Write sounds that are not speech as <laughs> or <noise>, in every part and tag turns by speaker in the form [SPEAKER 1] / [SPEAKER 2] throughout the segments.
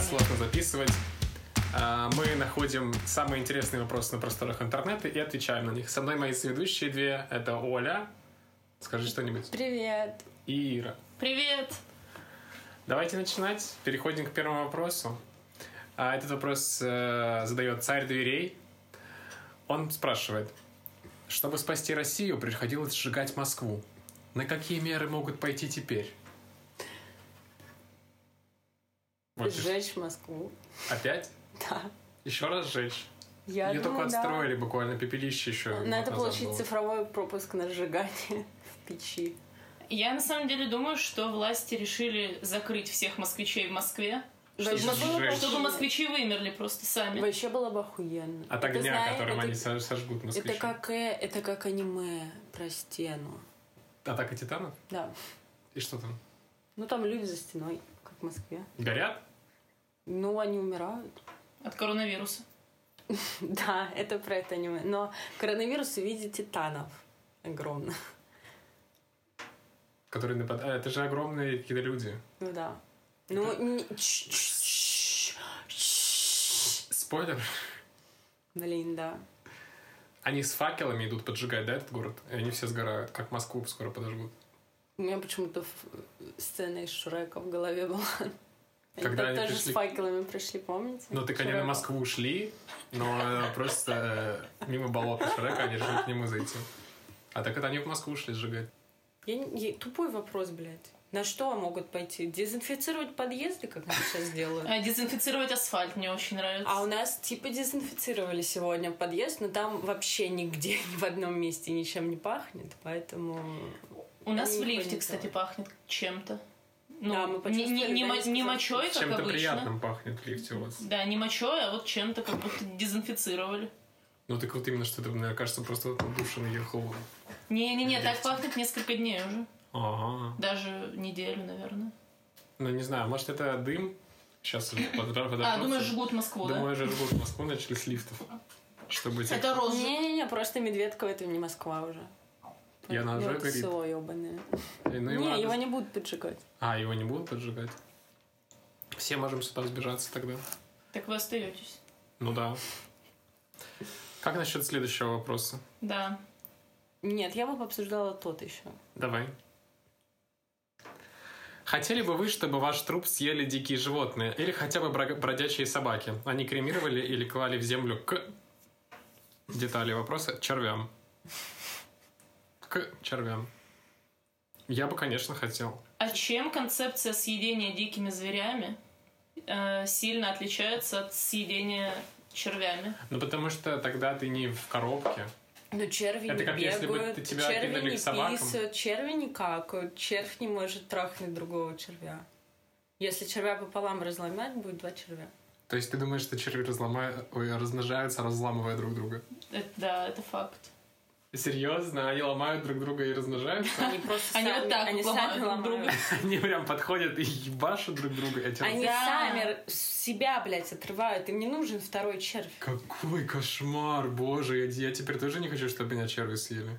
[SPEAKER 1] сложно записывать. А, Мы находим самые интересные вопросы на просторах интернета и отвечаем на них. Со мной мои соведущие две. Это Оля. Скажи что-нибудь.
[SPEAKER 2] Привет.
[SPEAKER 1] И Ира.
[SPEAKER 3] Привет!
[SPEAKER 1] Давайте начинать. Переходим к первому вопросу. А этот вопрос э, задает царь дверей. Он спрашивает, чтобы спасти Россию, приходилось сжигать Москву. На какие меры могут пойти теперь? Вот,
[SPEAKER 2] Сжечь Москву. <laughs>
[SPEAKER 1] опять?
[SPEAKER 2] Да.
[SPEAKER 1] Еще раз сжечь.
[SPEAKER 2] Я
[SPEAKER 1] Ее
[SPEAKER 2] думаю,
[SPEAKER 1] только
[SPEAKER 2] да.
[SPEAKER 1] отстроили буквально, пепелище еще. год
[SPEAKER 2] Надо
[SPEAKER 1] назад
[SPEAKER 2] получить
[SPEAKER 1] было.
[SPEAKER 2] цифровой пропуск на сжигание <laughs> в печи.
[SPEAKER 3] Я на самом деле думаю, что власти решили закрыть всех москвичей в Москве, чтобы,
[SPEAKER 1] Жесть.
[SPEAKER 3] мос-
[SPEAKER 1] Жесть.
[SPEAKER 3] чтобы москвичи вымерли просто сами.
[SPEAKER 2] Вообще было бы охуенно.
[SPEAKER 1] От
[SPEAKER 2] Это,
[SPEAKER 1] огня,
[SPEAKER 2] знаешь,
[SPEAKER 1] А которым
[SPEAKER 2] это,
[SPEAKER 1] они со- сожгут москвичи.
[SPEAKER 2] это как, э, это как аниме про стену.
[SPEAKER 1] Атака титанов?
[SPEAKER 2] Да.
[SPEAKER 1] И что там?
[SPEAKER 2] Ну там люди за стеной, как в Москве.
[SPEAKER 1] Горят?
[SPEAKER 2] Ну, они умирают. <laughs>
[SPEAKER 3] От коронавируса.
[SPEAKER 2] Да, это про это аниме. Но коронавирус в виде титанов. Огромно.
[SPEAKER 1] Которые нападают. Это же огромные какие-то люди.
[SPEAKER 2] Ну да. Ну, не- чш- чш- чш- чш.
[SPEAKER 1] Спойлер. <laughs>
[SPEAKER 2] Блин, да.
[SPEAKER 1] Они с факелами идут поджигать, да, этот город? И они все сгорают, как Москву скоро подожгут.
[SPEAKER 2] У меня почему-то ф- сцена из Шрека в голове была. Они
[SPEAKER 1] Когда
[SPEAKER 2] там
[SPEAKER 1] они
[SPEAKER 2] тоже
[SPEAKER 1] пришли-
[SPEAKER 2] с факелами пришли, помните?
[SPEAKER 1] Ну, так они
[SPEAKER 2] Шрек.
[SPEAKER 1] на Москву ушли, но э, просто э, мимо болота Шрека они решили к нему зайти. А так это они в Москву ушли сжигать.
[SPEAKER 2] Я не- я- Тупой вопрос, блядь. На что могут пойти? Дезинфицировать подъезды, как они сейчас делают?
[SPEAKER 3] А Дезинфицировать асфальт мне очень нравится.
[SPEAKER 2] А у нас типа дезинфицировали сегодня подъезд, но там вообще нигде, <laughs> ни в одном месте ничем не пахнет, поэтому...
[SPEAKER 3] У нас в
[SPEAKER 2] Ничего не
[SPEAKER 3] лифте,
[SPEAKER 2] делаю.
[SPEAKER 3] кстати, пахнет чем-то. Ну,
[SPEAKER 2] Да, мы
[SPEAKER 3] не, не-
[SPEAKER 2] почувствовали,
[SPEAKER 3] не
[SPEAKER 2] да,
[SPEAKER 3] мо-
[SPEAKER 2] я
[SPEAKER 3] не
[SPEAKER 2] сказала.
[SPEAKER 3] мочой, как
[SPEAKER 1] Чем-то
[SPEAKER 3] обычно.
[SPEAKER 1] приятным пахнет в лифте у вас.
[SPEAKER 3] Да, не мочой, а вот чем-то как будто дезинфицировали.
[SPEAKER 1] Ну, так вот именно, что это, мне кажется, просто вот на душе наехал.
[SPEAKER 3] Не-не-не, так
[SPEAKER 1] Есть.
[SPEAKER 3] пахнет несколько дней уже.
[SPEAKER 1] Ага.
[SPEAKER 3] Даже неделю, наверное.
[SPEAKER 1] Ну, не знаю, может, это дым? Сейчас
[SPEAKER 3] А, думаешь, жгут Москву, да?
[SPEAKER 1] Думаю, же жгут Москву начали с лифтов. Чтобы типа, эти-
[SPEAKER 3] Это розжиг.
[SPEAKER 2] Не-не-не, просто Медведкова это не Москва уже.
[SPEAKER 1] И она уже
[SPEAKER 2] Вот
[SPEAKER 1] горит.
[SPEAKER 2] село ёбаное.
[SPEAKER 1] Э, ну, ему
[SPEAKER 2] Ну, не,
[SPEAKER 1] надо-
[SPEAKER 2] его не будут поджигать.
[SPEAKER 1] А, его не будут поджигать? Все можем сюда сбежаться тогда.
[SPEAKER 3] Так вы остаетесь.
[SPEAKER 1] Ну да. Как насчет следующего вопроса?
[SPEAKER 3] Да.
[SPEAKER 2] Нет, я бы обсуждала тот еще.
[SPEAKER 1] Давай. Хотели бы вы, чтобы ваш труп съели дикие животные? Или хотя бы бра- бродячие собаки? Они кремировали или клали в землю к... Детали вопроса. Червям. К червям. Я бы, конечно, хотел.
[SPEAKER 3] А чем концепция съедения дикими зверями э, сильно отличается от съедения червями?
[SPEAKER 1] Ну, потому что тогда ты не в коробке.
[SPEAKER 2] Но Ну, черви
[SPEAKER 1] Это
[SPEAKER 2] не
[SPEAKER 1] как если бы
[SPEAKER 2] бегают,
[SPEAKER 1] ты- тебя
[SPEAKER 2] черви
[SPEAKER 1] кидали
[SPEAKER 2] не
[SPEAKER 1] к собакам.
[SPEAKER 2] писают, черви не какают, червь не может трахнуть другого червя. Если червя пополам разломать, будет два червя.
[SPEAKER 1] То есть ты думаешь, что черви разломают, ой, размножаются, разламывая друг друга?
[SPEAKER 3] Это, да, это факт.
[SPEAKER 1] Серьезно? Они ломают друг друга и размножаются?
[SPEAKER 2] Они просто
[SPEAKER 3] Они
[SPEAKER 2] сами,
[SPEAKER 3] вот так
[SPEAKER 2] они
[SPEAKER 3] вот ломают
[SPEAKER 2] сами
[SPEAKER 3] друг
[SPEAKER 2] ломают.
[SPEAKER 3] друга.
[SPEAKER 1] <laughs> Они прям подходят и ебашат друг друга. а эти раз-
[SPEAKER 2] Они
[SPEAKER 3] Да.
[SPEAKER 2] сами себя, блядь, отрывают. Им не нужен второй червь.
[SPEAKER 1] Какой кошмар, боже, я, я теперь тоже не хочу, чтобы меня черви съели.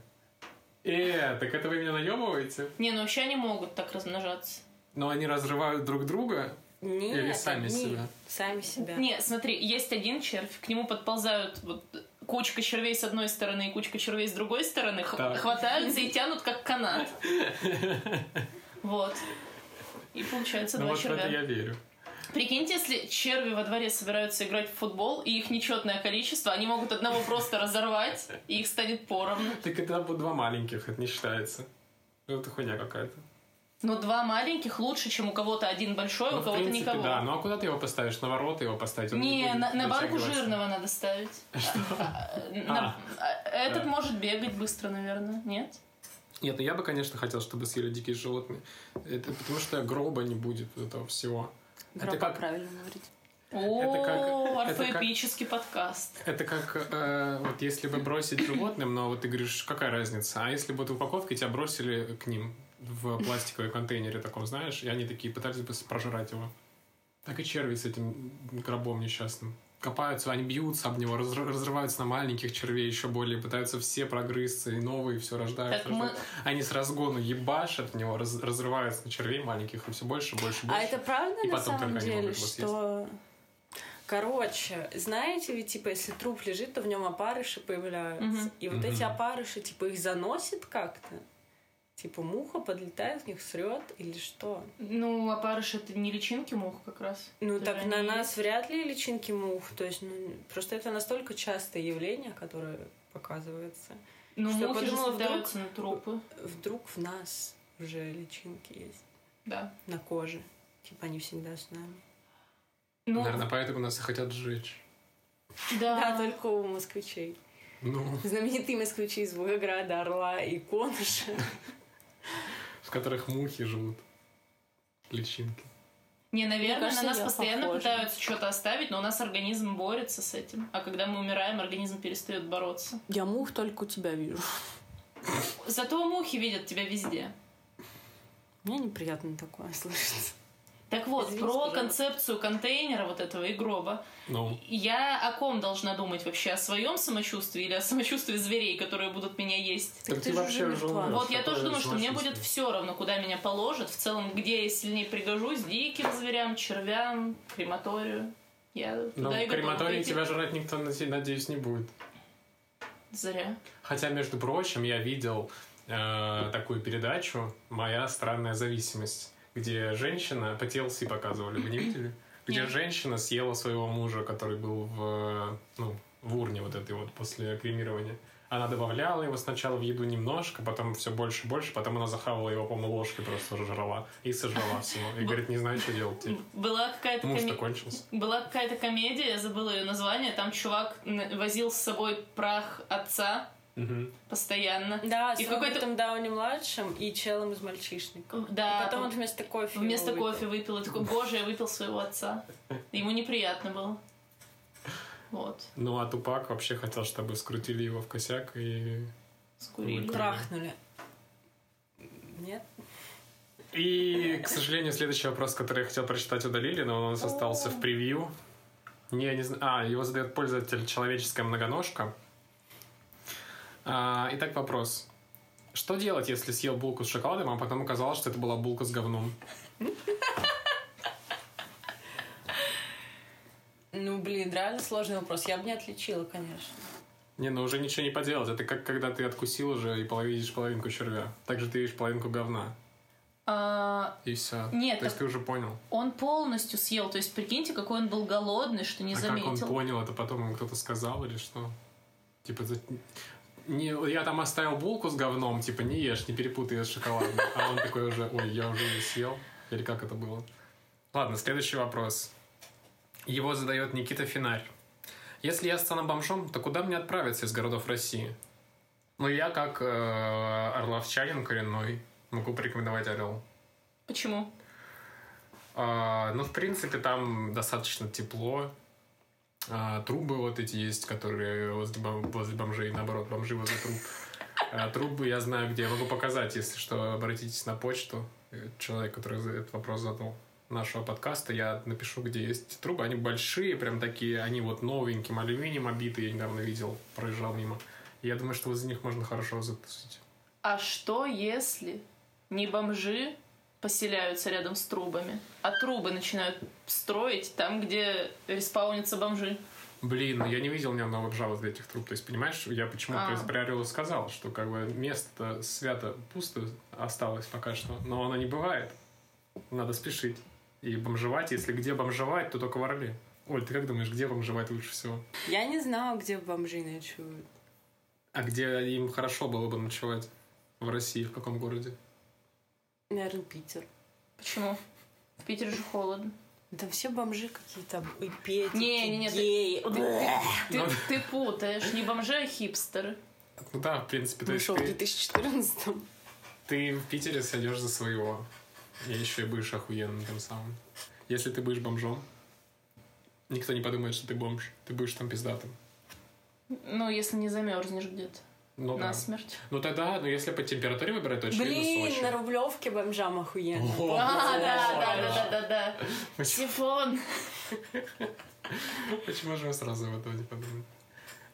[SPEAKER 1] Э, так это вы меня наебываете?
[SPEAKER 3] Не, ну вообще они могут так размножаться.
[SPEAKER 1] Но они разрывают друг друга.
[SPEAKER 2] Нет,
[SPEAKER 1] Или сами
[SPEAKER 2] они
[SPEAKER 1] себя.
[SPEAKER 2] Сами себя.
[SPEAKER 3] Не, смотри, есть один червь, к нему подползают вот кучка червей с одной стороны и кучка червей с другой стороны, х-
[SPEAKER 1] Так.
[SPEAKER 3] хватаются и тянут
[SPEAKER 1] <laughs>
[SPEAKER 3] как канат. Вот. И получается
[SPEAKER 1] ну
[SPEAKER 3] два
[SPEAKER 1] вот в это
[SPEAKER 3] червя.
[SPEAKER 1] я верю.
[SPEAKER 3] Прикиньте, если черви во дворе собираются играть в футбол, и их нечетное количество, они могут одного просто разорвать, и их станет поровну.
[SPEAKER 1] Так это будут два маленьких, это не считается. Ну, Это хуйня какая-то.
[SPEAKER 3] Но два маленьких лучше, чем у кого-то один большой,
[SPEAKER 1] Ну,
[SPEAKER 3] у
[SPEAKER 1] в
[SPEAKER 3] кого-то
[SPEAKER 1] принципе,
[SPEAKER 3] никого.
[SPEAKER 1] да. Ну а куда ты его поставишь? На ворота его поставить? Он
[SPEAKER 3] Не,
[SPEAKER 1] будет
[SPEAKER 3] на, на банку
[SPEAKER 1] дотягиваться.
[SPEAKER 3] жирного
[SPEAKER 1] <laughs>
[SPEAKER 3] надо ставить. А, на- а, Этот
[SPEAKER 1] да.
[SPEAKER 3] может бегать быстро, наверное, нет?
[SPEAKER 1] Нет, ну я бы, конечно, хотел, чтобы съели дикие животные. Это потому что гроба не будет этого всего.
[SPEAKER 2] Гроба
[SPEAKER 1] это как-
[SPEAKER 2] правильно говорить.
[SPEAKER 3] О,
[SPEAKER 1] как- это как-
[SPEAKER 3] орфоэпический подкаст.
[SPEAKER 1] Это как э, вот если бы бросить животным, но вот ты говоришь, какая разница? А если бы вот в упаковке тебя бросили к ним в пластиковом контейнере таком, знаешь, и они такие пытались бы с- прожрать его. Так и черви с этим гробом несчастным. копаются, они бьются об него, разр- разрываются на маленьких червей еще более, пытаются все прогрызться, и новые все рождаются.
[SPEAKER 3] Так мы-
[SPEAKER 1] рождаются. Они с разгону ебашат в него, раз- разрываются на червей маленьких, и все больше, больше, больше.
[SPEAKER 2] А это правда
[SPEAKER 1] И
[SPEAKER 2] на
[SPEAKER 1] потом
[SPEAKER 2] самом
[SPEAKER 1] только они
[SPEAKER 2] деле,
[SPEAKER 1] могут его съесть.
[SPEAKER 2] что... Короче, знаете, ведь типа если труп лежит, то в нем опарыши появляются.
[SPEAKER 3] Мгм.
[SPEAKER 2] И вот
[SPEAKER 1] Мгм.
[SPEAKER 2] эти опарыши, типа, их заносит как-то. Типа муха подлетает в них, срет или что?
[SPEAKER 3] Ну, опарыш это не личинки мух как раз.
[SPEAKER 2] Ну
[SPEAKER 3] Это
[SPEAKER 2] так
[SPEAKER 3] же
[SPEAKER 2] на
[SPEAKER 3] они-
[SPEAKER 2] нас вряд ли личинки мух. То есть, ну, просто это настолько частое явление, которое показывается.
[SPEAKER 3] Ну,
[SPEAKER 2] Что,
[SPEAKER 3] мухи же
[SPEAKER 2] подумала, вдруг-
[SPEAKER 3] слетаются на трупы.
[SPEAKER 2] Вдруг в нас уже личинки есть
[SPEAKER 3] Да.
[SPEAKER 2] на коже. Типа они всегда с нами.
[SPEAKER 3] Ну,
[SPEAKER 1] Наверное, поэтому нас и хотят сжечь.
[SPEAKER 2] Да,
[SPEAKER 1] А.
[SPEAKER 3] да.
[SPEAKER 2] только у москвичей.
[SPEAKER 1] Ну,
[SPEAKER 2] Знаменитые москвичи из Волгограда, Орла и Конуша.
[SPEAKER 1] в которых мухи живут. Личинки.
[SPEAKER 3] Не, наверное,
[SPEAKER 2] Мне кажется,
[SPEAKER 3] на нас
[SPEAKER 2] я
[SPEAKER 3] постоянно
[SPEAKER 2] похожа.
[SPEAKER 3] пытаются что-то оставить, но у нас организм борется с этим. А когда мы умираем, организм перестает бороться.
[SPEAKER 2] Я мух только у тебя вижу.
[SPEAKER 3] Зато мухи видят тебя везде.
[SPEAKER 2] Мне неприятно такое слышать.
[SPEAKER 3] Так вот,
[SPEAKER 2] Извините,
[SPEAKER 3] про
[SPEAKER 2] пожалуйста.
[SPEAKER 3] концепцию контейнера вот этого и гроба.
[SPEAKER 1] Ну,
[SPEAKER 3] Я о ком должна думать вообще? О своем самочувствии или о самочувствии зверей, которые будут меня есть?
[SPEAKER 1] Так ты вообще
[SPEAKER 2] мертва.
[SPEAKER 1] жёлтая.
[SPEAKER 3] Вот я тоже
[SPEAKER 1] какое
[SPEAKER 3] думаю, что мне будет
[SPEAKER 1] самочувствие.
[SPEAKER 3] все равно, куда меня положат. В целом, где я сильнее пригожусь, диким зверям, червям, крематорию. Я
[SPEAKER 1] ну
[SPEAKER 3] туда и
[SPEAKER 1] в
[SPEAKER 3] готова
[SPEAKER 1] крематории
[SPEAKER 3] пойти.
[SPEAKER 1] тебя жрать никто, надеюсь, не будет.
[SPEAKER 3] Зря.
[SPEAKER 1] Хотя, между прочим, я видел э, такую передачу «Моя странная зависимость», где женщина, по TLC показывали, вы не видели?
[SPEAKER 3] <coughs>
[SPEAKER 1] Где
[SPEAKER 3] Нет.
[SPEAKER 1] женщина съела своего мужа, который был в, э, ну, в урне вот этой вот после кремирования. Она добавляла его сначала в еду немножко, потом все больше и больше, потом она захавала его, по-моему, ложкой просто жрала и сожрала всего. И говорит, не знаю, что делать теперь.
[SPEAKER 3] Была какая-то
[SPEAKER 1] Муж-то
[SPEAKER 3] коми-
[SPEAKER 1] кончился.
[SPEAKER 3] Была какая-то комедия, я забыла ее название. Там чувак н- возил с собой прах отца
[SPEAKER 1] Мгм.
[SPEAKER 3] постоянно.
[SPEAKER 2] Да,
[SPEAKER 3] И
[SPEAKER 2] с
[SPEAKER 3] в какой-то-
[SPEAKER 2] Робертом Дауни-младшим и челом из мальчишника.
[SPEAKER 3] Да.
[SPEAKER 2] И потом он вместо кофе
[SPEAKER 3] Вместо
[SPEAKER 2] его выпил.
[SPEAKER 3] кофе выпил. И такой, боже, я выпил своего отца. Ему неприятно было. Вот.
[SPEAKER 1] Ну, а Тупак вообще хотел, чтобы скрутили его в косяк и...
[SPEAKER 3] Скурили.
[SPEAKER 1] Выкурил.
[SPEAKER 2] Трахнули. Нет?
[SPEAKER 1] И, к сожалению, следующий вопрос, который я хотел прочитать, удалили, но он у нас остался в превью. Не, я не знаю. А, его задает пользователь человеческая многоножка. А, итак, вопрос. Что делать, если съел булку с шоколадом, а потом оказалось, что это была булка с говном?
[SPEAKER 2] Ну, блин, реально сложный вопрос. Я бы не отличила, конечно.
[SPEAKER 1] Не, ну уже ничего не поделать. Это как когда ты откусил уже и полов- видишь половинку червя. Также ты видишь половинку говна.
[SPEAKER 3] А,
[SPEAKER 1] И все.
[SPEAKER 3] Нет,
[SPEAKER 1] То есть
[SPEAKER 3] так-
[SPEAKER 1] ты уже понял.
[SPEAKER 3] он полностью съел. То есть, прикиньте, какой он был голодный, что не
[SPEAKER 1] а как он
[SPEAKER 3] заметил.
[SPEAKER 1] понял, это потом ему кто-то сказал или что? Типа, за- не, я там оставил булку с говном, типа, не ешь, не перепутай ее с шоколадом. А он такой уже, ой, я уже не съел. Или как это было? Ладно, следующий вопрос. Его задает Никита Финарь. Если я стану бомжом, то куда мне отправиться из городов России? Ну, я как э, орловчанин коренной могу порекомендовать Орел.
[SPEAKER 3] Почему?
[SPEAKER 1] А, ну, в принципе, там достаточно тепло. А, трубы вот эти есть, которые возле, бом- возле бомжей, наоборот, бомжи возле труб. А, трубы я знаю, где я могу показать, если что, обратитесь на почту. Э, Человек, который за- этот вопрос задал нашего подкаста, я напишу, где есть эти трубы. Они большие, прям такие, они вот новеньким алюминием обиты, я недавно видел, проезжал мимо. Я думаю, что возле них можно хорошо затусить.
[SPEAKER 3] А что, если не бомжи поселяются рядом с трубами, а трубы начинают строить там, где респаунятся бомжи?
[SPEAKER 1] Блин, ну я не видел ни одного бомжа возле этих труб. То есть, понимаешь, я почему
[SPEAKER 3] А.
[SPEAKER 1] про про Орёла сказал, что как бы место свято пусто осталось пока что, но оно не бывает. Надо спешить. И бомжевать, если где бомжевать, то только в Орле. Оль, ты как думаешь, где бомжевать лучше всего?
[SPEAKER 2] Я не знала, где бомжи ночуют.
[SPEAKER 1] А где им хорошо было бы ночевать? В России, в каком городе?
[SPEAKER 2] Наверное, Питер.
[SPEAKER 3] Почему? В Питере же холодно.
[SPEAKER 2] Да все бомжи какие-то и петики,
[SPEAKER 3] Не-не-не, ты-
[SPEAKER 2] геи. Блэ.
[SPEAKER 3] Ты,
[SPEAKER 1] Ну,
[SPEAKER 3] ты путаешь, не бомжи, а хипстеры.
[SPEAKER 1] Ну да, в принципе, то есть
[SPEAKER 2] Вышел в
[SPEAKER 1] ты,
[SPEAKER 2] 2014
[SPEAKER 1] ты в Питере сойдешь за своего. И еще и будешь охуенным тем самым. Если ты будешь бомжом, никто не подумает, что ты бомж. Ты будешь там пиздатым.
[SPEAKER 3] Ну, если не замерзнешь где-то.
[SPEAKER 1] Ну, да.
[SPEAKER 3] Насмерть.
[SPEAKER 1] ну тогда, ну если по температуре выбирать, то очевидно
[SPEAKER 2] Блин,
[SPEAKER 1] Сочи.
[SPEAKER 2] на Рублевке бомжам охуенно.
[SPEAKER 1] О, да,
[SPEAKER 3] А, да, да,
[SPEAKER 1] да.
[SPEAKER 3] да, да, да, да. Сифон.
[SPEAKER 1] Ну, Почему же мы сразу об этом не подумали?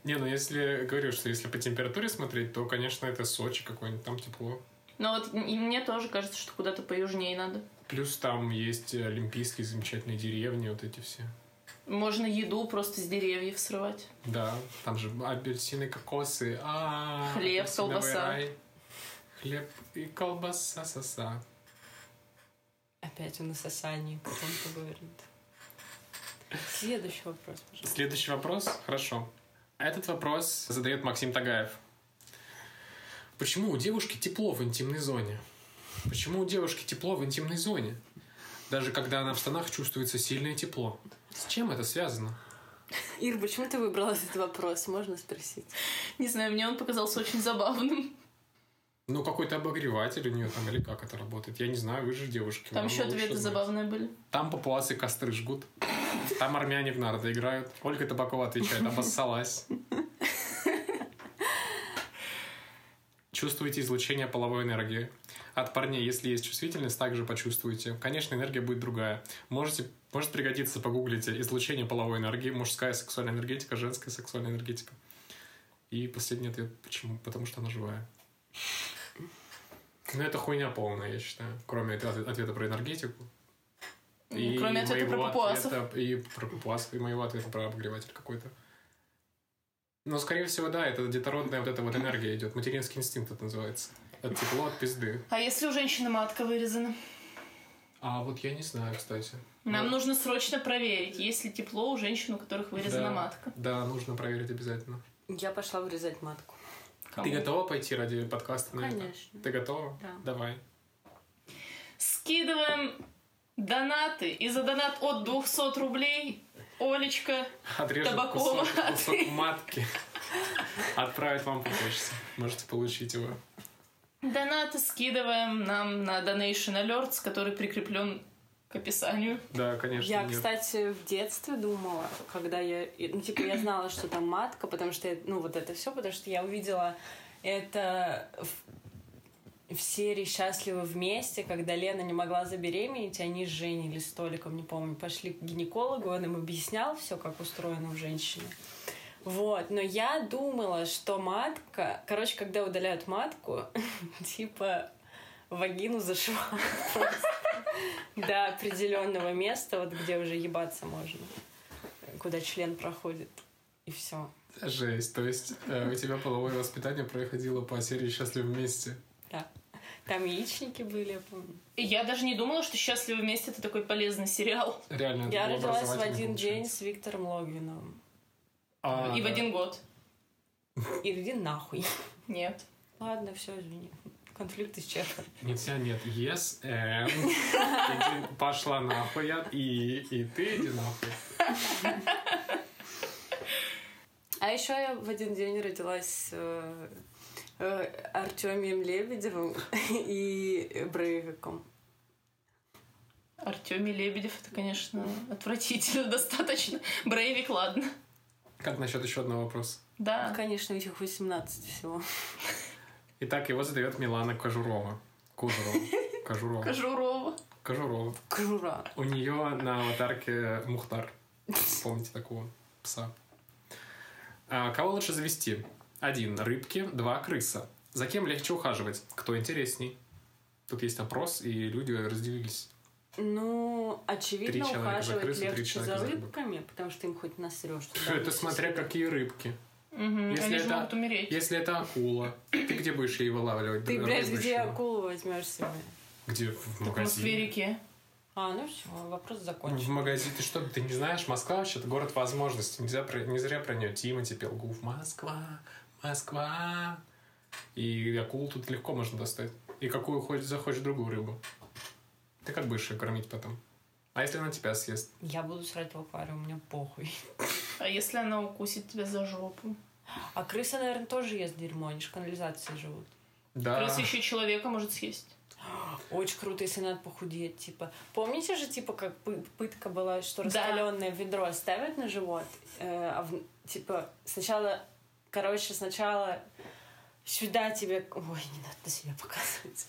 [SPEAKER 1] Не, ну если говорю, что если по температуре смотреть, то, конечно, это Сочи какой-нибудь, там тепло.
[SPEAKER 3] Но Ну, вот и мне тоже кажется, что куда-то поюжнее надо.
[SPEAKER 1] Плюс там есть э, олимпийские замечательные деревни, вот эти все.
[SPEAKER 3] Можно еду просто с деревьев срывать.
[SPEAKER 1] Да, там же апельсины, кокосы, а
[SPEAKER 3] Хлеб,
[SPEAKER 1] апельсиновый
[SPEAKER 3] колбаса.
[SPEAKER 1] рай. Хлеб и колбаса соса.
[SPEAKER 2] Опять он о сосании потом поговорит. Следующий вопрос, пожалуйста.
[SPEAKER 1] Следующий вопрос. Хорошо. Этот вопрос задает Максим Тагаев. Почему у девушки тепло в интимной зоне? Почему у девушки тепло в интимной зоне? Даже когда она в штанах чувствуется сильное тепло. С чем это связано?
[SPEAKER 2] Ир, почему ты выбрала этот вопрос? Можно спросить?
[SPEAKER 3] Не знаю, мне он показался очень забавным.
[SPEAKER 1] Ну, какой-то обогреватель у нее там, или как это работает? Я не знаю, вы же девушки.
[SPEAKER 3] Там
[SPEAKER 1] вам
[SPEAKER 3] еще
[SPEAKER 1] лучше
[SPEAKER 3] ответы
[SPEAKER 1] знать.
[SPEAKER 3] забавные были.
[SPEAKER 1] Там папуасы костры жгут. Там армяне в нарды играют. Ольга Табакова отвечает, обоссалась. Чувствуете излучение половой энергии. От парней, если есть чувствительность, также почувствуете. Конечно, энергия будет другая. Можете, может пригодиться, погуглите излучение половой энергии, мужская сексуальная энергетика, женская сексуальная энергетика. И последний ответ, почему? Потому что она живая. Ну, это хуйня полная, я считаю. Кроме ответа- ответа про энергетику. И
[SPEAKER 3] Ну, Кроме ответа про
[SPEAKER 1] моего
[SPEAKER 3] папуасов.
[SPEAKER 1] ответа- и про папуасов, и моего ответа про обогреватель какой-то. Но, скорее всего, да, это детородная вот эта вот энергия идет. Материнский инстинкт это называется. Это тепло от пизды.
[SPEAKER 3] А если у женщины матка вырезана?
[SPEAKER 1] А вот я не знаю, кстати.
[SPEAKER 3] Нам
[SPEAKER 1] Вот.
[SPEAKER 3] нужно срочно проверить, есть ли тепло у женщин, у которых вырезана
[SPEAKER 1] Да.
[SPEAKER 3] матка.
[SPEAKER 1] Да, нужно проверить обязательно.
[SPEAKER 2] Я пошла вырезать матку.
[SPEAKER 3] Кому?
[SPEAKER 1] Ты готова пойти ради подкаста на это?
[SPEAKER 2] Конечно.
[SPEAKER 1] Ты готова?
[SPEAKER 2] Да.
[SPEAKER 1] Давай.
[SPEAKER 3] Скидываем донаты. И за донат от 200 рублей Олечка
[SPEAKER 1] Отрежем
[SPEAKER 3] Табакова. <laughs>
[SPEAKER 1] кусок, кусок матки. Отправить вам по почте. Можете получить его.
[SPEAKER 3] Донаты скидываем нам на Donation Alerts, который прикреплен к описанию.
[SPEAKER 1] Да, конечно.
[SPEAKER 2] Я,
[SPEAKER 1] нет.
[SPEAKER 2] кстати, в детстве думала, когда я... и, Ну, типа, я знала, что там матка, потому что... я- Ну, вот это все, потому что я увидела это в, в серии «Счастливы вместе», когда Лена не могла забеременеть, и они с Женей или с Толиком, не помню, пошли к гинекологу, он им объяснял все, как устроено у женщины. Вот, но я думала, что матка... Короче, когда удаляют матку, <laughs> типа вагину зашивают просто до определенного места, вот где уже ебаться можно, куда член проходит. И все.
[SPEAKER 1] Жесть. То есть э, у тебя половое воспитание проходило по серии «Счастливы вместе».
[SPEAKER 2] Там яичники были, я помню.
[SPEAKER 3] И я даже не думала, что «Счастливы вместе» — это такой полезный сериал.
[SPEAKER 1] Реально. это
[SPEAKER 2] Я
[SPEAKER 1] было
[SPEAKER 2] родилась в
[SPEAKER 1] образовательный,
[SPEAKER 2] один день
[SPEAKER 1] получается.
[SPEAKER 2] с Виктором Логвиновым.
[SPEAKER 1] А,
[SPEAKER 3] и в
[SPEAKER 1] да.
[SPEAKER 3] один год.
[SPEAKER 2] Иди нахуй.
[SPEAKER 3] Нет.
[SPEAKER 2] Ладно, все, извини. Конфликт исчерпан.
[SPEAKER 1] Нельзя, нет. Yes, and.
[SPEAKER 2] <laughs>
[SPEAKER 1] Иди- Пошла нахуй. я- И, и ты иди нахуй.
[SPEAKER 2] А еще я в один день родилась э, э, Артемием Лебедевым <laughs> и Брейвиком.
[SPEAKER 3] Артемий Лебедев — это, конечно, отвратительно <laughs> достаточно. Брейвик, ладно.
[SPEAKER 1] Как насчет еще одного вопроса?
[SPEAKER 3] Да.
[SPEAKER 2] Конечно, этих 18 всего.
[SPEAKER 1] Итак, его задает Милана Кожурова. Кожурова.
[SPEAKER 2] <laughs>
[SPEAKER 1] Кожурова.
[SPEAKER 3] Кожурова.
[SPEAKER 1] Кожурова.
[SPEAKER 2] Крура.
[SPEAKER 1] У нее на аватарке Мухтар. Помните такого пса? А, кого лучше завести? Один. Рыбки. Два. Крыса. За кем легче ухаживать? Кто интересней? Тут есть опрос, и люди разделились.
[SPEAKER 2] Ну, очевидно,
[SPEAKER 1] Три человека за
[SPEAKER 2] ухаживать
[SPEAKER 1] крысу, три
[SPEAKER 2] легче
[SPEAKER 1] человека
[SPEAKER 2] за
[SPEAKER 1] за рыбу.
[SPEAKER 2] рыбками, потому что им хоть насрешь.
[SPEAKER 1] Всё, это смотря какие рыбки.
[SPEAKER 3] Мгм.
[SPEAKER 1] Если
[SPEAKER 3] Они же
[SPEAKER 1] это-
[SPEAKER 3] могут умереть.
[SPEAKER 1] Если это акула, ты где будешь ее вылавливать?
[SPEAKER 2] Ты, блядь,
[SPEAKER 1] рыбу
[SPEAKER 2] где
[SPEAKER 1] ещё?
[SPEAKER 2] акулу возьмешь себе?
[SPEAKER 1] Где? В
[SPEAKER 3] В
[SPEAKER 1] магазине.
[SPEAKER 3] Москве-реке.
[SPEAKER 2] А, ну все, вопрос
[SPEAKER 1] В
[SPEAKER 2] закончен.
[SPEAKER 1] магазине. Ты что, ты не знаешь? Москва вообще это город возможностей. Нельзя про- не зря про нее Тимати пел гуф. Москва, Москва. И акулу тут легко можно достать. И какую хоть захочешь другую рыбу. Ты как будешь ее кормить потом? А если она тебя съест?
[SPEAKER 2] Я буду срать в аквариум, мне похуй.
[SPEAKER 3] А если она укусит тебя за жопу?
[SPEAKER 2] А крысы, наверное, тоже ест дерьмо, они же в канализации живут.
[SPEAKER 1] Да.
[SPEAKER 3] Крыса еще человека может съесть.
[SPEAKER 2] Очень круто, если надо похудеть, типа. Помните же, типа, как пы- пытка была, что
[SPEAKER 3] Да.
[SPEAKER 2] раскаленное ведро ставят на живот, э, а в- типа сначала, короче, сначала сюда тебе, ой, не надо на себя показывать.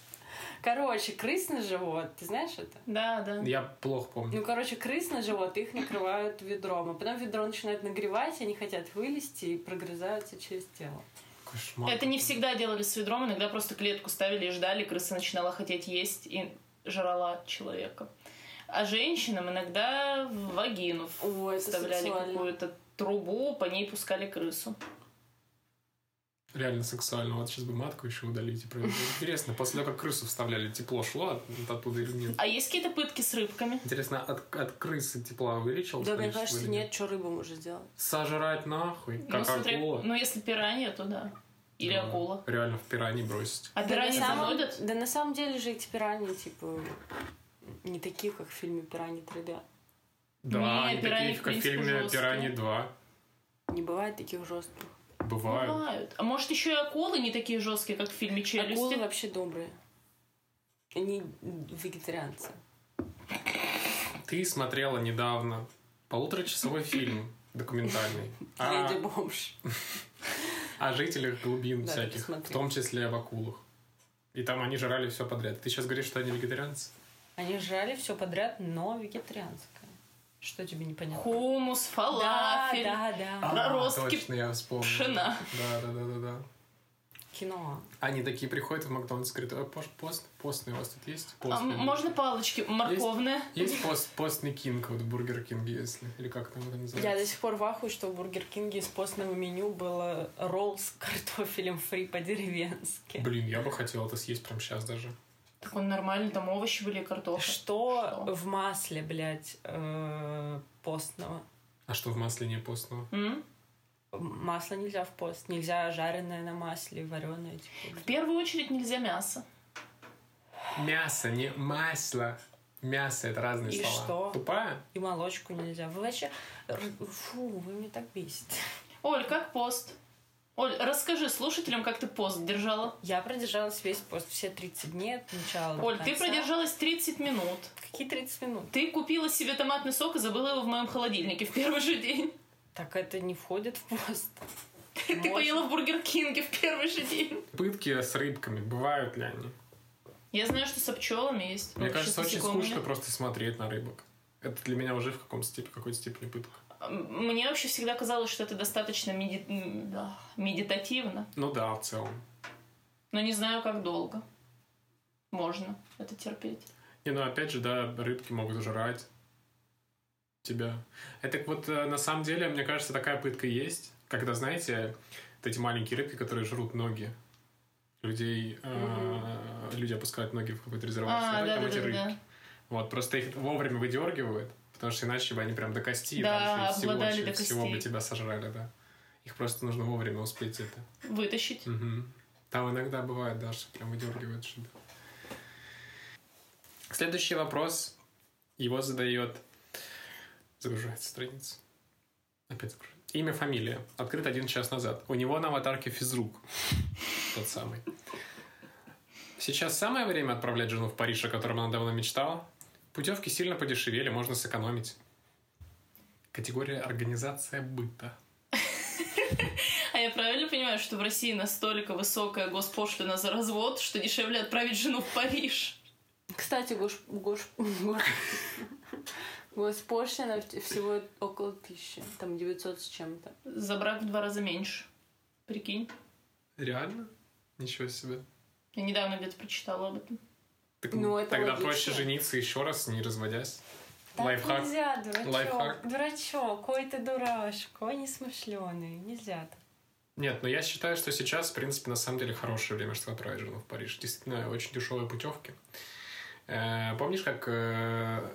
[SPEAKER 2] Короче, крыс на живот, ты знаешь это?
[SPEAKER 3] Да, да.
[SPEAKER 1] Я плохо помню.
[SPEAKER 2] Ну, короче, крыс на живот, их накрывают ведром, а потом ведро начинает нагревать, и они хотят вылезти и прогрызаются через тело.
[SPEAKER 1] Кошмар.
[SPEAKER 3] Это не всегда делали с ведром, иногда просто клетку ставили и ждали, крыса начинала хотеть есть и жрала человека. А женщинам иногда в вагину
[SPEAKER 2] Ой, это
[SPEAKER 3] вставляли
[SPEAKER 2] сексуально.
[SPEAKER 3] какую-то трубу, по ней пускали крысу.
[SPEAKER 1] Реально сексуально. Вот сейчас бы матку еще удалить. и проверить. Интересно, после того, как крысу вставляли, тепло шло от- от оттуда или нет?
[SPEAKER 3] А есть какие-то пытки с рыбками?
[SPEAKER 1] Интересно, от, от крысы тепла увеличилось?
[SPEAKER 2] Да, мне
[SPEAKER 1] количество
[SPEAKER 2] кажется,
[SPEAKER 1] или
[SPEAKER 2] нет, что рыба может сделать.
[SPEAKER 1] Сожрать нахуй, как
[SPEAKER 3] ну, смотря-
[SPEAKER 1] акула.
[SPEAKER 3] ну, если пиранья, то да. Или
[SPEAKER 1] Да,
[SPEAKER 3] акула.
[SPEAKER 1] Реально в пирани бросить.
[SPEAKER 3] А пираньи
[SPEAKER 2] да, на самом-
[SPEAKER 3] заносят?
[SPEAKER 2] да на самом деле же эти пираньи, типа, не такие, как в фильме «Пираньи 3D».
[SPEAKER 1] Да,
[SPEAKER 3] Не,
[SPEAKER 1] они
[SPEAKER 3] пираньи,
[SPEAKER 1] такие,
[SPEAKER 3] в
[SPEAKER 1] как в
[SPEAKER 3] принципе,
[SPEAKER 1] фильме
[SPEAKER 3] жесткие.
[SPEAKER 1] «Пирани 2».
[SPEAKER 2] Не бывает таких жестких.
[SPEAKER 1] Бывают.
[SPEAKER 3] Бывают. А может, еще и акулы не такие жесткие, как в фильме
[SPEAKER 2] Акулы
[SPEAKER 3] «Челюсти»?
[SPEAKER 2] вообще добрые. Они вегетарианцы.
[SPEAKER 1] Ты смотрела недавно полуторачасовой фильм документальный о,
[SPEAKER 2] Леди бомж.
[SPEAKER 1] о жителях глубин
[SPEAKER 2] Да,
[SPEAKER 1] всяких, в
[SPEAKER 2] посмотрела.
[SPEAKER 1] том числе об акулах. И там они жрали все подряд. Ты сейчас говоришь, что они вегетарианцы?
[SPEAKER 2] Они жрали все подряд, но вегетарианское. Что тебе непонятно?
[SPEAKER 3] Хумус, фалафель,
[SPEAKER 2] Да, да, да.
[SPEAKER 3] А. Проростки
[SPEAKER 1] Точно, я вспомнил.
[SPEAKER 3] пшена.
[SPEAKER 1] Да, да, да, да, да.
[SPEAKER 2] Кино.
[SPEAKER 1] Они такие приходят в Макдональдс и говорят, «А, пош- пост, постный у вас тут есть?
[SPEAKER 3] А
[SPEAKER 1] Постный.
[SPEAKER 3] м- можно палочки морковные?
[SPEAKER 1] Есть пост, постный кинг, вот в Бургер Кинге, если, или как там это
[SPEAKER 2] Я до
[SPEAKER 1] называется?
[SPEAKER 2] сих пор в ахуе, что в Бургер Кинге из постного меню было ролл с картофелем фри по-деревенски.
[SPEAKER 1] Блин, я бы хотел это съесть прямо сейчас даже.
[SPEAKER 3] Так он нормальный, там овощи были и картофель.
[SPEAKER 2] Что
[SPEAKER 3] Что?
[SPEAKER 2] в масле, блядь, э, постного?
[SPEAKER 1] А что в масле не постного?
[SPEAKER 3] М?
[SPEAKER 2] М- Масло нельзя в пост. Нельзя жареное на масле, вареное. Типа.
[SPEAKER 3] В первую очередь нельзя мясо.
[SPEAKER 1] Мясо, не масло. Мясо — это разные
[SPEAKER 2] И
[SPEAKER 1] слова.
[SPEAKER 2] что?
[SPEAKER 1] Тупая?
[SPEAKER 2] И молочку нельзя. Вы вообще... р- Фу, вы меня так бесите.
[SPEAKER 3] Оль, как пост? Оль, расскажи слушателям, как ты пост держала.
[SPEAKER 2] Я продержалась весь пост, все 30 дней от начала до
[SPEAKER 3] Оль, ты
[SPEAKER 2] конца.
[SPEAKER 3] продержалась 30 минут.
[SPEAKER 2] Какие 30 минут?
[SPEAKER 3] Ты купила себе томатный сок и забыла его в моем холодильнике в первый же день.
[SPEAKER 2] Так это не входит в пост.
[SPEAKER 3] Ты поела в Бургер Кинге в первый же день.
[SPEAKER 1] Пытки с рыбками, бывают ли они? я
[SPEAKER 3] Я знаю, что со пчелами есть.
[SPEAKER 1] Мне
[SPEAKER 3] Вообще с
[SPEAKER 1] кажется, очень
[SPEAKER 3] насекомыми.
[SPEAKER 1] скучно просто смотреть на рыбок. Это для меня уже в каком степени, какой степени пытка.
[SPEAKER 3] М- Мне вообще всегда казалось, что это достаточно меди- м, да, медитативно.
[SPEAKER 1] Ну да, в целом.
[SPEAKER 3] Но не знаю, как долго можно это терпеть.
[SPEAKER 1] Не, ну опять же, да, рыбки могут жрать тебя. Это вот э, на самом деле, мне кажется, такая пытка есть, когда, знаете, вот эти маленькие рыбки, которые жрут ноги людей, э, люди опускают ноги в какой-то резервацию,
[SPEAKER 3] А,
[SPEAKER 1] там эти рыбки.
[SPEAKER 3] да-да-да.
[SPEAKER 1] Вот, просто их вовремя выдергивают, потому что иначе бы они прям до кости,
[SPEAKER 3] Да,
[SPEAKER 1] там же всего,
[SPEAKER 3] обглодали
[SPEAKER 1] же-
[SPEAKER 3] до
[SPEAKER 1] всего бы
[SPEAKER 3] костей.
[SPEAKER 1] тебя сожрали, да. Их просто нужно вовремя успеть это.
[SPEAKER 3] Вытащить.
[SPEAKER 1] Мгм. Там иногда бывает, да, что прям выдергивают что-то. Следующий вопрос. Его задает... Загружается страница. Опять загружается. Имя, фамилия. Открыт один час назад. У него на аватарке физрук. <laughs> Тот самый. Сейчас самое время отправлять жену в Париж, о котором она давно мечтала. Путевки сильно подешевели, можно сэкономить. Категория «Организация быта».
[SPEAKER 3] А я правильно понимаю, что в России настолько высокая госпошлина за развод, что дешевле отправить жену в Париж?
[SPEAKER 2] Кстати, гош... гош... гош- госпошлина в- всего около тысячи. Там 900 с чем-то.
[SPEAKER 3] За брак в два раза меньше. Прикинь.
[SPEAKER 1] Реально? Ничего себе.
[SPEAKER 3] Я недавно где-то прочитала об этом.
[SPEAKER 1] Так,
[SPEAKER 2] Ну, это
[SPEAKER 1] тогда
[SPEAKER 2] логично.
[SPEAKER 1] проще жениться еще раз, не разводясь.
[SPEAKER 2] Так
[SPEAKER 1] Лайфхак.
[SPEAKER 2] нельзя, дурачок.
[SPEAKER 1] Лайфхак.
[SPEAKER 2] Дурачок, ой ты дурашка, ой несмышленый. Нельзя так.
[SPEAKER 1] Нет, но я считаю, что сейчас, в принципе, на самом деле хорошее время, чтобы отправить жену в Париж. Действительно, очень дешевые путевки. Э, Помнишь, как э,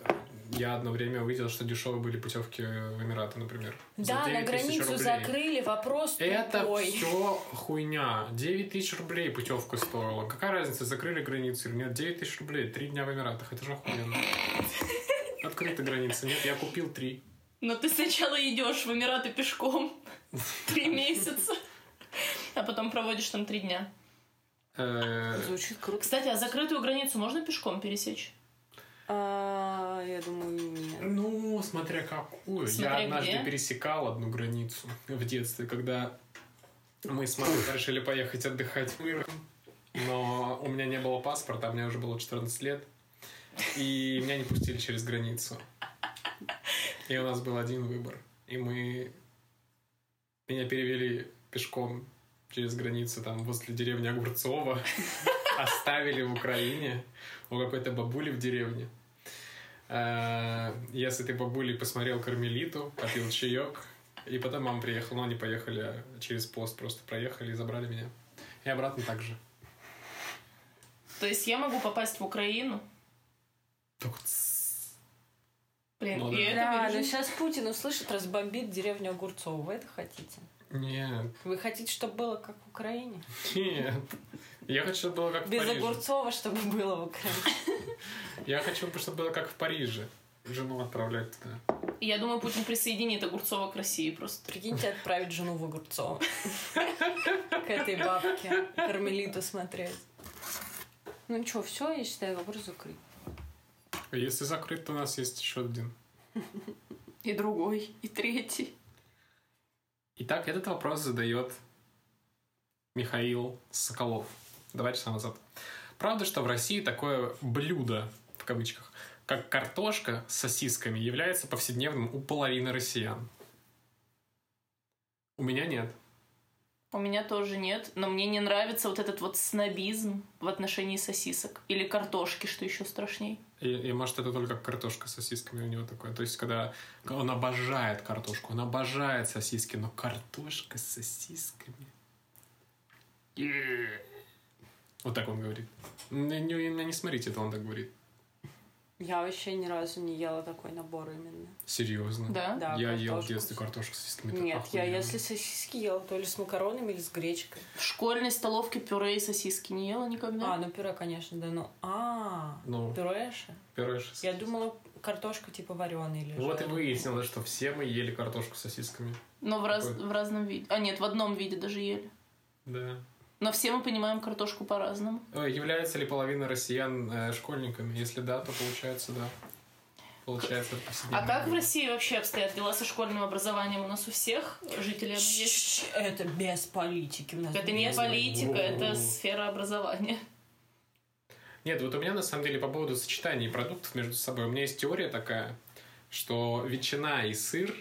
[SPEAKER 1] я одно время увидел, что дешевые были путевки в Эмираты, например? За
[SPEAKER 2] Да, на
[SPEAKER 1] 9 тысяч
[SPEAKER 2] границу
[SPEAKER 1] рублей.
[SPEAKER 2] закрыли, вопрос
[SPEAKER 1] Это
[SPEAKER 2] тупой.
[SPEAKER 1] все хуйня. 9 тысяч рублей путевка стоила. Какая разница, закрыли границу или нет? 9 тысяч рублей, три дня в Эмиратах. Это же охуенно.
[SPEAKER 2] <laughs>
[SPEAKER 1] Открыта граница. Нет, я купил три.
[SPEAKER 3] Но ты сначала идешь в Эмираты пешком <laughs> три месяца, а потом проводишь там три дня.
[SPEAKER 1] Э,
[SPEAKER 2] Звучит круто.
[SPEAKER 3] Кстати, а закрытую границу можно пешком пересечь?
[SPEAKER 2] А, я думаю, нет.
[SPEAKER 1] Ну, смотря какую.
[SPEAKER 3] Смотря
[SPEAKER 1] я однажды
[SPEAKER 3] где.
[SPEAKER 1] пересекал одну <laughs> границу в детстве, когда мы с мамой решили поехать отдыхать в Иран. но у меня не было паспорта, а мне уже было 14 лет, и меня не пустили через границу. И у нас был один выбор. И мы... Меня перевели пешком через границу, там, возле деревни
[SPEAKER 3] <laughs>
[SPEAKER 1] Огурцова. Оставили в Украине у какой-то бабули в деревне. Э, Я с этой бабулей посмотрел Кармелиту, попил чаек, и потом мама приехала, но они поехали а через пост, просто проехали и забрали меня. И обратно так же.
[SPEAKER 3] То есть я могу попасть в Украину?
[SPEAKER 1] Только тс.
[SPEAKER 3] Блин,
[SPEAKER 1] Ну
[SPEAKER 3] и
[SPEAKER 1] да.
[SPEAKER 3] это
[SPEAKER 2] Да, но
[SPEAKER 3] вырежу.
[SPEAKER 2] сейчас Путин услышит, разбомбит деревню Огурцова. Вы это хотите?
[SPEAKER 1] Нет,
[SPEAKER 2] Вы хотите, чтобы было как в Украине?
[SPEAKER 1] нет. Я хочу, чтобы было как в
[SPEAKER 2] Без
[SPEAKER 1] Париже.
[SPEAKER 2] Огурцова, чтобы было в Украине.
[SPEAKER 1] Я хочу, чтобы было как в Париже. Жену отправлять туда.
[SPEAKER 3] И Я думаю, Путин присоединит Огурцова к России
[SPEAKER 2] <laughs>
[SPEAKER 3] просто.
[SPEAKER 2] Прикиньте, отправить жену в Огурцова. К этой бабке. Кармелиту смотреть. Ну что, все, я считаю, вопрос закрыт.
[SPEAKER 1] Если закрыт, то у нас есть еще один.
[SPEAKER 3] И другой, и третий.
[SPEAKER 1] Итак, этот вопрос задает Михаил Соколов. Два часа назад. Правда, что в России такое блюдо, в кавычках, как картошка с сосисками, является повседневным у половины россиян? У меня нет.
[SPEAKER 3] У меня тоже нет, но мне не нравится вот этот вот снобизм в отношении сосисок. Или картошки, что еще страшней.
[SPEAKER 1] И, и, может, это только картошка с сосисками у него такое. То есть, когда он обожает картошку, он обожает сосиски, но картошка с сосисками... Е. Вот так он говорит. Не, не, не- не смотрите, это он так говорит.
[SPEAKER 2] Я вообще ни разу не ела такой набор именно.
[SPEAKER 1] Серьезно.
[SPEAKER 3] Да?
[SPEAKER 2] Да,
[SPEAKER 1] я ел в
[SPEAKER 2] картошку.
[SPEAKER 1] детстве картошку с сосисками. это
[SPEAKER 2] Нет, я
[SPEAKER 1] охуенно.
[SPEAKER 2] если сосиски ела, то ли с макаронами, или с гречкой.
[SPEAKER 3] В школьной столовке пюре и сосиски не ела никогда.
[SPEAKER 2] А, ну пюре, конечно, да, ну... А,
[SPEAKER 1] Ну,
[SPEAKER 2] пюре же?
[SPEAKER 1] первое шесть.
[SPEAKER 2] Я думала, картошка типа вареная или
[SPEAKER 1] Вот и
[SPEAKER 2] жареная.
[SPEAKER 1] выяснилось, что все мы ели картошку с сосисками.
[SPEAKER 3] но в, раз-
[SPEAKER 1] какой?
[SPEAKER 3] в разном виде. А нет, в одном виде даже ели.
[SPEAKER 1] Да.
[SPEAKER 3] Но все мы понимаем картошку по-разному.
[SPEAKER 1] Ой, Э, является ли половина россиян э, школьниками? Если да, то получается да. Получается это
[SPEAKER 3] А
[SPEAKER 1] повседневное
[SPEAKER 3] как в
[SPEAKER 1] блюдо.
[SPEAKER 3] России вообще обстоят дела со школьным образованием? У нас у всех жителей оно есть.
[SPEAKER 2] Щ, Это без политики у нас.
[SPEAKER 3] Это не
[SPEAKER 2] без-
[SPEAKER 3] политика, это
[SPEAKER 1] Воу.
[SPEAKER 3] сфера образования.
[SPEAKER 1] Нет, вот у меня на самом деле по поводу сочетаний продуктов между собой. У меня есть теория такая, что ветчина и сыр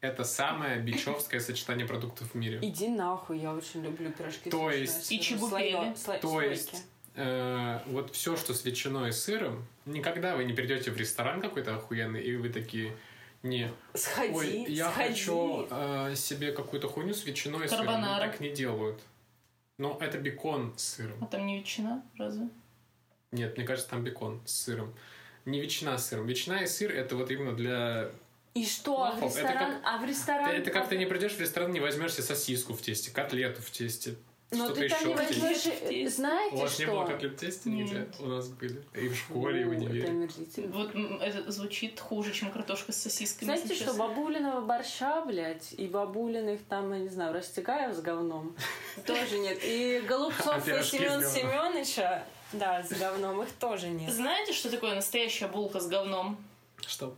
[SPEAKER 1] это самое бичевское сочетание продуктов в мире.
[SPEAKER 2] Иди нахуй, я очень люблю пирожки.
[SPEAKER 1] То
[SPEAKER 2] с ветчиной,
[SPEAKER 1] есть-
[SPEAKER 2] с
[SPEAKER 3] И
[SPEAKER 2] сыром.
[SPEAKER 3] чебупели.
[SPEAKER 2] Слоё- сло-
[SPEAKER 1] То
[SPEAKER 2] слойки.
[SPEAKER 1] есть э, вот все, что с ветчиной и сыром, никогда вы не придете в ресторан какой-то охуенный, и вы такие, не,
[SPEAKER 2] Сходи,
[SPEAKER 1] ой, я
[SPEAKER 2] сходи.
[SPEAKER 1] хочу э, себе какую-то хуйню с ветчиной и сыром. Ну,
[SPEAKER 3] Карбонара.
[SPEAKER 1] Так не делают. Но это бекон с
[SPEAKER 3] А
[SPEAKER 1] сыром.
[SPEAKER 3] там не ветчина, разве?
[SPEAKER 1] Нет, мне кажется, там бекон с сыром. Не ветчина с сыром. Ветчина и сыр это вот именно для...
[SPEAKER 2] И что, а в
[SPEAKER 1] Лохов, это
[SPEAKER 2] ресторан? А в ресторан?
[SPEAKER 1] это как ты не придешь в ресторан, не возьмешь себе сосиску в тесте, котлету в тесте.
[SPEAKER 2] Но
[SPEAKER 1] что-то
[SPEAKER 2] Ну, ты там
[SPEAKER 1] еще
[SPEAKER 2] не
[SPEAKER 1] в тесте.
[SPEAKER 2] возьмешь, э,
[SPEAKER 3] Здесь.
[SPEAKER 1] У
[SPEAKER 2] знаете
[SPEAKER 1] вас
[SPEAKER 2] что?
[SPEAKER 1] не было котлет в тесте нигде?
[SPEAKER 3] Нет.
[SPEAKER 1] У нас были. И в школе, и в
[SPEAKER 2] Фу, это
[SPEAKER 1] универе.
[SPEAKER 2] омерзительно.
[SPEAKER 3] Вот м, это звучит хуже, чем картошка с сосисками.
[SPEAKER 2] Знаете
[SPEAKER 3] если
[SPEAKER 2] что,
[SPEAKER 3] честно.
[SPEAKER 2] бабулиного борща, блядь, и бабулиных там, я не знаю, Растегаев с говном тоже нет. И
[SPEAKER 1] А
[SPEAKER 2] Голубцов и
[SPEAKER 1] пирожки с
[SPEAKER 2] Семен
[SPEAKER 1] говном.
[SPEAKER 2] Семеновича, да, с говном, их тоже нет.
[SPEAKER 3] Знаете, что такое настоящая булка с говном?
[SPEAKER 1] Что?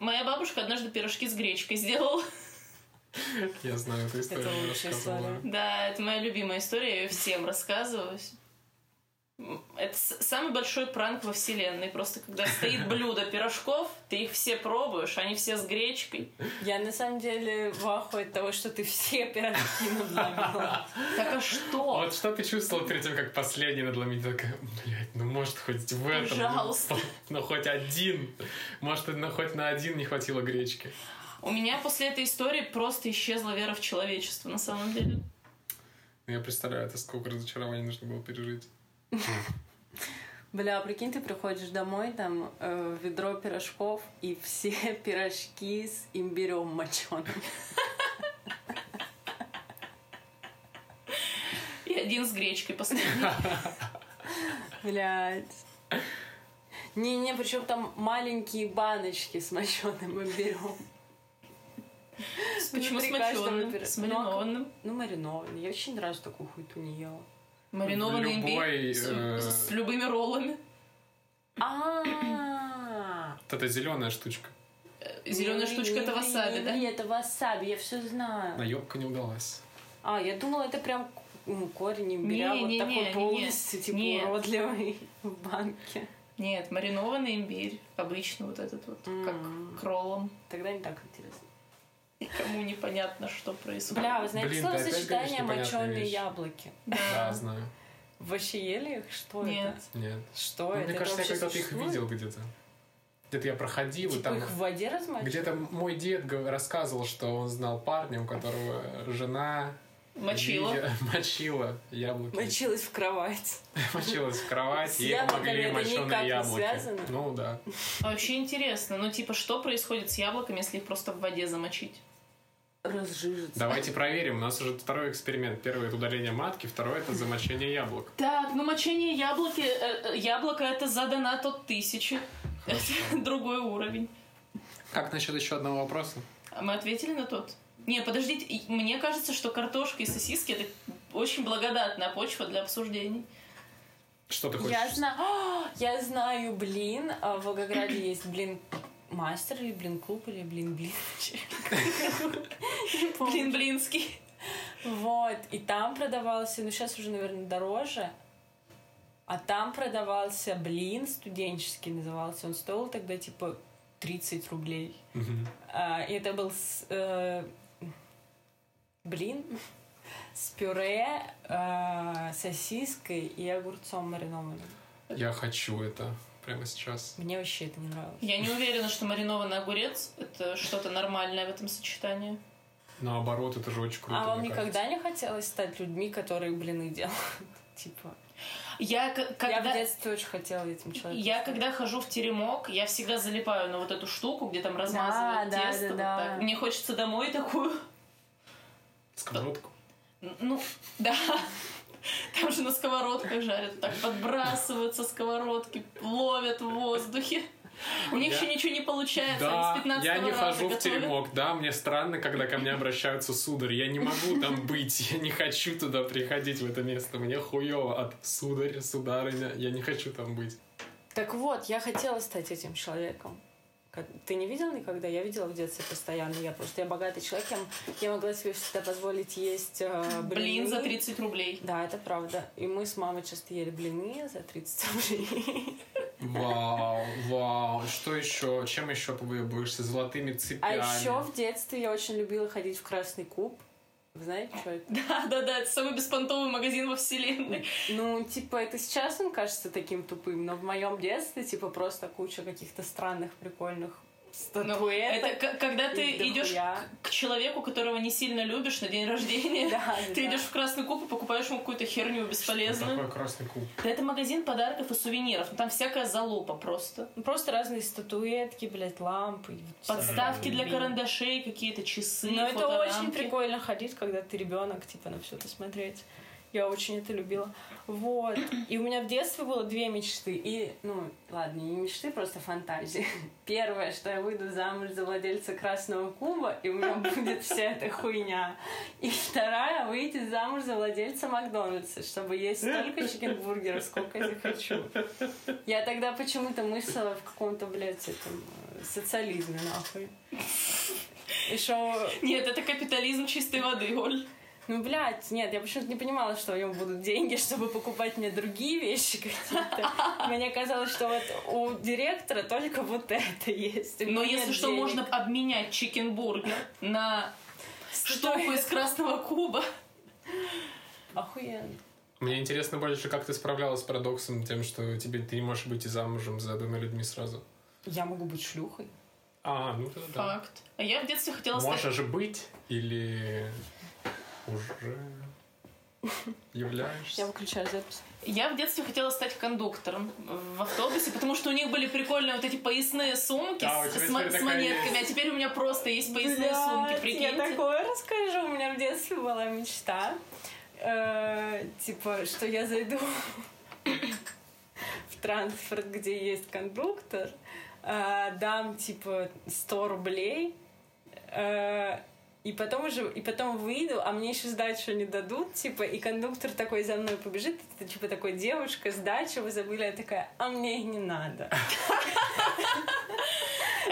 [SPEAKER 3] Моя бабушка однажды пирожки с гречкой сделала. <laughs>
[SPEAKER 1] Я знаю эту историю.
[SPEAKER 2] Это
[SPEAKER 1] я
[SPEAKER 2] лучшая
[SPEAKER 1] рассказывала.
[SPEAKER 2] история.
[SPEAKER 3] Да, это моя любимая история, я ее всем рассказываю. М, Это с- самый большой пранк во вселенной. Просто когда стоит блюдо пирожков, ты их все пробуешь, они все с гречкой.
[SPEAKER 2] Я на самом деле в ахуе от того, что ты все пирожки надломила.
[SPEAKER 3] Так а что?
[SPEAKER 1] Вот что ты чувствовал перед тем, как последний надломить? Такая, блядь, ну может хоть в этом. ну,
[SPEAKER 3] Пожалуйста.
[SPEAKER 1] Ну <laughs> хоть один. Может, на- хоть на один не хватило гречки.
[SPEAKER 3] У меня после этой истории просто исчезла вера в человечество, на самом деле.
[SPEAKER 1] Ну, Я представляю, это сколько разочарований нужно было пережить.
[SPEAKER 2] Бля, прикинь, ты приходишь домой, там э, ведро пирожков и все <laughs> пирожки с имбирем моченым.
[SPEAKER 3] И один с гречкой последний.
[SPEAKER 2] Блядь. Не-не, причем там маленькие баночки с моченым имбирем.
[SPEAKER 3] Почему с
[SPEAKER 2] Внутри каждого
[SPEAKER 3] моченым?
[SPEAKER 2] пирожка.
[SPEAKER 3] С маринованным.
[SPEAKER 2] Ну, маринованный. Я вообще ни разу такую хуйту не ела.
[SPEAKER 3] Маринованный
[SPEAKER 1] Любой,
[SPEAKER 3] имбирь с-
[SPEAKER 1] э,
[SPEAKER 3] с любыми роллами.
[SPEAKER 2] а
[SPEAKER 1] Вот эта зеленая штучка.
[SPEAKER 3] Зеленая штучка это васаби, да?
[SPEAKER 2] Нет, это васаби, я все знаю.
[SPEAKER 1] Наебка не удалась.
[SPEAKER 2] А, я думала, это прям ну, корень имбиря
[SPEAKER 3] Не,
[SPEAKER 2] вот
[SPEAKER 3] не,
[SPEAKER 2] такой
[SPEAKER 3] не, не,
[SPEAKER 2] полностью,
[SPEAKER 3] не.
[SPEAKER 2] типа,
[SPEAKER 3] Нет.
[SPEAKER 2] уродливый в банке.
[SPEAKER 3] Нет, маринованный имбирь, обычно вот этот вот,
[SPEAKER 2] М.
[SPEAKER 3] как кролом.
[SPEAKER 2] Тогда не так интересно.
[SPEAKER 3] Никому непонятно, что происходит.
[SPEAKER 2] Бля, вы знаете
[SPEAKER 1] Блин,
[SPEAKER 2] слово
[SPEAKER 1] ты опять
[SPEAKER 2] сочетание
[SPEAKER 1] говоришь непонятные
[SPEAKER 2] моченые
[SPEAKER 1] вещи.
[SPEAKER 2] яблоки?
[SPEAKER 1] Да,
[SPEAKER 3] Да.
[SPEAKER 1] знаю.
[SPEAKER 2] Вообще ели их? Что
[SPEAKER 3] Нет.
[SPEAKER 2] это?
[SPEAKER 1] Нет.
[SPEAKER 2] Что
[SPEAKER 1] Ну,
[SPEAKER 2] это?
[SPEAKER 1] Мне
[SPEAKER 2] Это
[SPEAKER 1] кажется, я
[SPEAKER 2] вообще
[SPEAKER 1] когда-то их
[SPEAKER 2] существует?
[SPEAKER 1] видел где-то. Где-то я проходил, и
[SPEAKER 2] Типа
[SPEAKER 1] там...
[SPEAKER 2] их в воде размачивают?
[SPEAKER 1] Где-то мой дед гов- рассказывал, что он знал парня, у которого жена
[SPEAKER 3] Мочила.
[SPEAKER 1] видя- <laughs> мочила яблоки.
[SPEAKER 2] Мочилась в кровать.
[SPEAKER 1] Мочилась в кровать,
[SPEAKER 2] С
[SPEAKER 1] ей помогли
[SPEAKER 2] яблоками это никак
[SPEAKER 1] моченые
[SPEAKER 2] не
[SPEAKER 1] яблоки.
[SPEAKER 2] связано?
[SPEAKER 1] Ну да.
[SPEAKER 3] А Вообще интересно, ну типа, что происходит с яблоками, если их просто в воде замочить?
[SPEAKER 2] Разжижится.
[SPEAKER 1] Давайте проверим. У нас уже второй эксперимент. Первый это удаление матки, второй это замочение яблок.
[SPEAKER 3] Так, ну мочение яблоки, э, э, яблоко это за донат от тысячи. <laughs> Это другой уровень.
[SPEAKER 1] Как насчет еще одного вопроса?
[SPEAKER 3] А мы ответили на тот? Не, подождите, и мне кажется, что картошка и сосиски это очень благодатная почва для обсуждений.
[SPEAKER 1] Что ты хочешь?
[SPEAKER 2] Я знаю, <gasps> я знаю, блин, а в Волгограде есть блин мастер или блин клуб или блин блин. Не помню.
[SPEAKER 3] Блин, блинский.
[SPEAKER 2] Вот, и там продавался, ну сейчас уже, наверное, дороже, а там продавался блин студенческий назывался, он стоил тогда типа 30 рублей.
[SPEAKER 1] Мгм.
[SPEAKER 2] А, и это был с, э, блин с пюре, э, сосиской и огурцом маринованным.
[SPEAKER 1] Я хочу это прямо сейчас.
[SPEAKER 2] Мне вообще это не нравилось.
[SPEAKER 3] Я не уверена, что маринованный огурец это что-то нормальное в этом сочетании.
[SPEAKER 1] Наоборот, это же очень круто.
[SPEAKER 2] а вам
[SPEAKER 1] мне кажется.
[SPEAKER 2] никогда не хотелось стать людьми, которые блины делают? <laughs> Типа,
[SPEAKER 3] Я к- когда...
[SPEAKER 2] я в детстве очень хотела этим человеком.
[SPEAKER 3] Я
[SPEAKER 2] стать.
[SPEAKER 3] когда хожу в теремок, я всегда залипаю на вот эту штуку, где там
[SPEAKER 2] Да,
[SPEAKER 3] размазывают
[SPEAKER 2] да,
[SPEAKER 3] тесто.
[SPEAKER 2] да,
[SPEAKER 3] вот
[SPEAKER 2] да.
[SPEAKER 3] так. Мне хочется домой такую.
[SPEAKER 1] Сковородку.
[SPEAKER 3] Ну, да. Там же на сковородках жарят, вот так подбрасывают со сковородки, ловят в воздухе. У них
[SPEAKER 1] Я-
[SPEAKER 3] еще ничего не получается, они
[SPEAKER 1] Да,
[SPEAKER 3] с 15
[SPEAKER 1] я не
[SPEAKER 3] раза
[SPEAKER 1] хожу в
[SPEAKER 3] готовят.
[SPEAKER 1] теремок, да, мне странно, когда ко мне обращаются сударь, я не могу там быть, я не хочу туда приходить, в это место, мне хуёво от сударь, сударыня, я не хочу там быть.
[SPEAKER 2] Так вот, я хотела стать этим человеком. Как- Ты не видел никогда? Я видела в детстве постоянно. Я просто я богатый человек, я, м- я могла себе всегда позволить есть э,
[SPEAKER 3] Блин,
[SPEAKER 2] блины.
[SPEAKER 3] за 30 рублей. <laughs>
[SPEAKER 2] Да, это правда. И мы с мамой часто ели блины за 30
[SPEAKER 1] <laughs>
[SPEAKER 2] рублей.
[SPEAKER 1] Вау, вау, что еще, чем еще вы боишься, золотыми
[SPEAKER 2] А
[SPEAKER 1] цепями?
[SPEAKER 2] еще в детстве я очень любила ходить в Красный Куб. Вы знаете, что это?
[SPEAKER 3] Да, да, да, это самый беспонтовый магазин во вселенной.
[SPEAKER 2] Ну, типа, это сейчас он кажется таким тупым, но в моем детстве, типа, просто куча каких-то странных, прикольных
[SPEAKER 3] Ну,
[SPEAKER 2] статуэток.
[SPEAKER 3] это к- когда ты
[SPEAKER 2] Их
[SPEAKER 3] идешь
[SPEAKER 2] дохуя.
[SPEAKER 3] к- к человеку, которого не сильно любишь на день рождения.
[SPEAKER 2] <laughs> Да,
[SPEAKER 3] Ты
[SPEAKER 2] да.
[SPEAKER 3] идешь в красный куб и покупаешь ему какую-то херню бесполезную.
[SPEAKER 1] Такой красный куб.
[SPEAKER 3] Да это магазин подарков и сувениров. Ну, Там всякая залупа просто.
[SPEAKER 2] Ну, Просто разные статуэтки, блядь, лампы. и всё
[SPEAKER 3] Подставки для
[SPEAKER 2] такое.
[SPEAKER 3] карандашей, какие-то часы,
[SPEAKER 2] Но Ну, это
[SPEAKER 3] фоторамки.
[SPEAKER 2] очень прикольно ходить, когда ты ребенок, типа, на все это смотреть. Я очень это любила. Вот. И у меня в детстве было две мечты. И, ну, ладно, не мечты, просто фантазии. <laughs> Первое, что я выйду замуж за владельца красного куба, и у меня будет вся эта хуйня. И вторая, выйти замуж за владельца Макдональдса, чтобы есть столько чикенбургеров, сколько я захочу. Я тогда почему-то мыслила в каком-то, блядь, этом, э, социализме, нахуй. Еще
[SPEAKER 3] Нет, это капитализм чистой воды, Оль.
[SPEAKER 2] ну, блядь, нет, я почему-то не понимала, что у него будут деньги, <laughs> чтобы покупать мне другие вещи какие-то.
[SPEAKER 3] <laughs>
[SPEAKER 2] Мне казалось, что вот у директора только вот это есть. У
[SPEAKER 3] Но
[SPEAKER 2] него нет
[SPEAKER 3] если что,
[SPEAKER 2] денег.
[SPEAKER 3] можно обменять чикенбургер на штуку из красного куба.
[SPEAKER 2] Охуенно.
[SPEAKER 1] Мне интересно больше, как ты справлялась с парадоксом тем, что тебе ты не можешь быть и замужем за двумя людьми сразу.
[SPEAKER 2] Я могу быть шлюхой.
[SPEAKER 1] А, ну тогда да.
[SPEAKER 3] Факт. А я в детстве хотела стать...
[SPEAKER 1] Можешь быть или уже являешься?
[SPEAKER 2] Я выключаю запись.
[SPEAKER 3] Я в детстве хотела стать кондуктором в автобусе, потому что у них были прикольные вот эти поясные сумки
[SPEAKER 1] Да, у
[SPEAKER 3] с,
[SPEAKER 1] тебя
[SPEAKER 3] с мо-
[SPEAKER 1] теперь
[SPEAKER 3] с
[SPEAKER 1] такая
[SPEAKER 3] монетками,
[SPEAKER 1] есть.
[SPEAKER 3] а теперь у меня просто есть поясные
[SPEAKER 2] Блядь,
[SPEAKER 3] сумки, прикиньте.
[SPEAKER 2] Я такое расскажу. У меня в детстве была мечта. э, типа, что я зайду в транспорт, где есть кондуктор, э, дам типа 100 рублей, э, и потом уже, и потом выйду, а мне еще сдачу не дадут, типа, и кондуктор такой за мной побежит, это, типа такой девушка, сдачу вы забыли, я такая, а мне и не надо.
[SPEAKER 3] А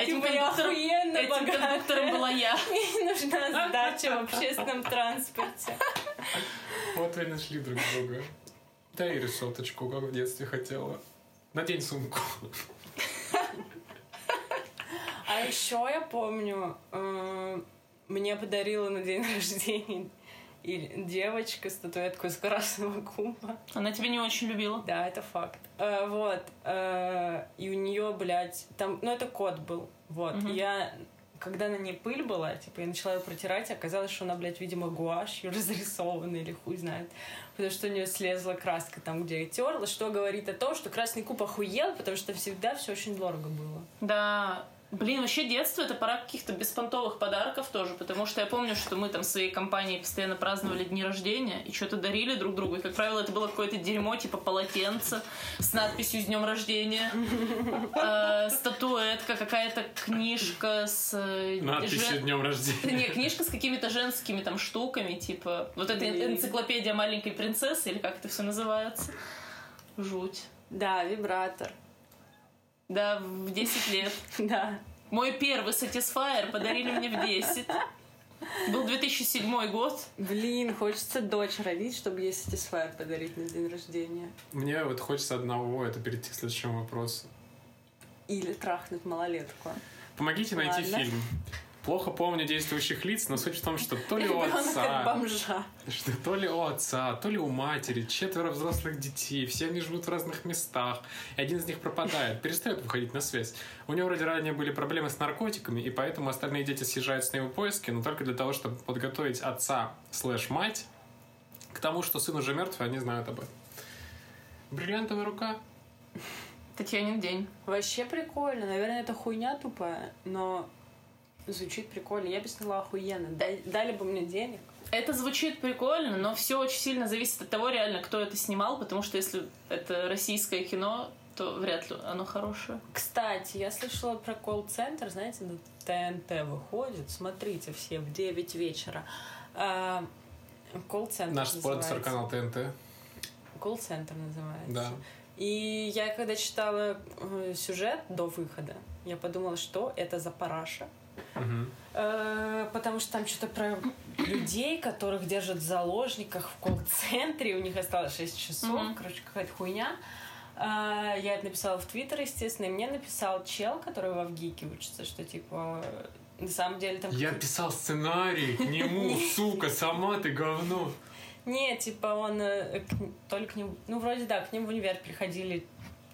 [SPEAKER 3] Этим
[SPEAKER 2] Типа, я
[SPEAKER 3] кондуктором,
[SPEAKER 2] охуенно
[SPEAKER 3] этим
[SPEAKER 2] богатая.
[SPEAKER 3] кондуктором была я.
[SPEAKER 2] Мне не нужна сдача в общественном транспорте.
[SPEAKER 1] Вот вы нашли друг друга. Да и решеточку, как в детстве хотела. Надень сумку.
[SPEAKER 2] А еще я помню, э, мне подарила на день <laughs> рождения и девочка статуэтку из красного куба.
[SPEAKER 3] Она тебя не очень любила.
[SPEAKER 2] Да, это факт. Э, вот. э, и у нее, блядь, там, ну это кот был. Вот.
[SPEAKER 3] Мгм.
[SPEAKER 2] Я, когда на ней пыль была, типа, я начала ее протирать, оказалось, что она, блядь, видимо, гуашью <laughs> разрисована или хуй знает. Потому что у нее слезла краска там, где я терла, что говорит о том, что красный куб охуел, потому что всегда все очень дорого было.
[SPEAKER 3] Да. Блин, вообще детство это пора каких-то беспонтовых подарков тоже, потому что я помню, что мы там в своей компанией постоянно праздновали дни рождения и что-то дарили друг другу. И, как правило, это было какое-то дерьмо, типа полотенце с надписью «С днем рождения», э, статуэтка, какая-то книжка с... э,
[SPEAKER 1] Надписи
[SPEAKER 3] жен-
[SPEAKER 1] днем рождения.
[SPEAKER 3] Не, книжка с какими-то женскими там штуками, типа вот эта
[SPEAKER 2] Блин.
[SPEAKER 3] энциклопедия маленькой принцессы, или как это все называется. Жуть.
[SPEAKER 2] Да, вибратор.
[SPEAKER 3] Да, в 10 лет.
[SPEAKER 2] <laughs> Да.
[SPEAKER 3] Мой первый Satisfyer подарили мне в 10. Был 2007 год.
[SPEAKER 2] Блин, хочется дочь родить, чтобы ей Satisfyer подарить на день рождения.
[SPEAKER 1] Мне вот хочется одного, это перейти к следующему вопросу.
[SPEAKER 2] Или трахнуть малолетку.
[SPEAKER 1] Помогите найти
[SPEAKER 2] Ладно.
[SPEAKER 1] фильм. Плохо помню действующих лиц, но суть в том, что то ли у
[SPEAKER 2] Ребенок от
[SPEAKER 1] отца,
[SPEAKER 2] бомжа.
[SPEAKER 1] что то ли у отца, то ли у матери, четверо взрослых детей, все они живут в разных местах, и один из них пропадает, перестает выходить на связь. У него вроде ранее были проблемы с наркотиками, и поэтому остальные дети съезжаются на его поиски, но только для того, чтобы подготовить отца слэш мать к тому, что сын уже мертв, и они знают об этом. Бриллиантовая рука.
[SPEAKER 3] Татьянин день.
[SPEAKER 2] Вообще прикольно. Наверное, это хуйня тупая, но звучит прикольно. Я бы сняла охуенно. Дай- Дали бы мне денег.
[SPEAKER 3] Это звучит прикольно, но все очень сильно зависит от того, реально, кто это снимал, потому что если это российское кино, то вряд ли оно хорошее.
[SPEAKER 2] Кстати, я слышала про колл-центр, знаете, на ТНТ выходит. Смотрите все в 9 вечера. А, Колл-центр
[SPEAKER 1] Наш спонсор
[SPEAKER 2] называется.
[SPEAKER 1] канал ТНТ.
[SPEAKER 2] Колл-центр называется.
[SPEAKER 1] Да.
[SPEAKER 2] И я когда читала э, сюжет до выхода, я подумала, что это за параша.
[SPEAKER 1] Мгм.
[SPEAKER 2] Э, Потому что там что-то про людей, которых держат в заложниках в колл-центре, у них осталось 6 часов,
[SPEAKER 3] Мгм.
[SPEAKER 2] короче, какая-то хуйня. А, Я это написала в Твиттер, естественно, и мне написал чел, который во ВГИКе учится, что типа э, на самом деле там...
[SPEAKER 1] Я писал сценарий к нему, сука, сама ты говно.
[SPEAKER 2] Не, типа он э, к н- только к ним... Ну, вроде да, к ним в универ приходили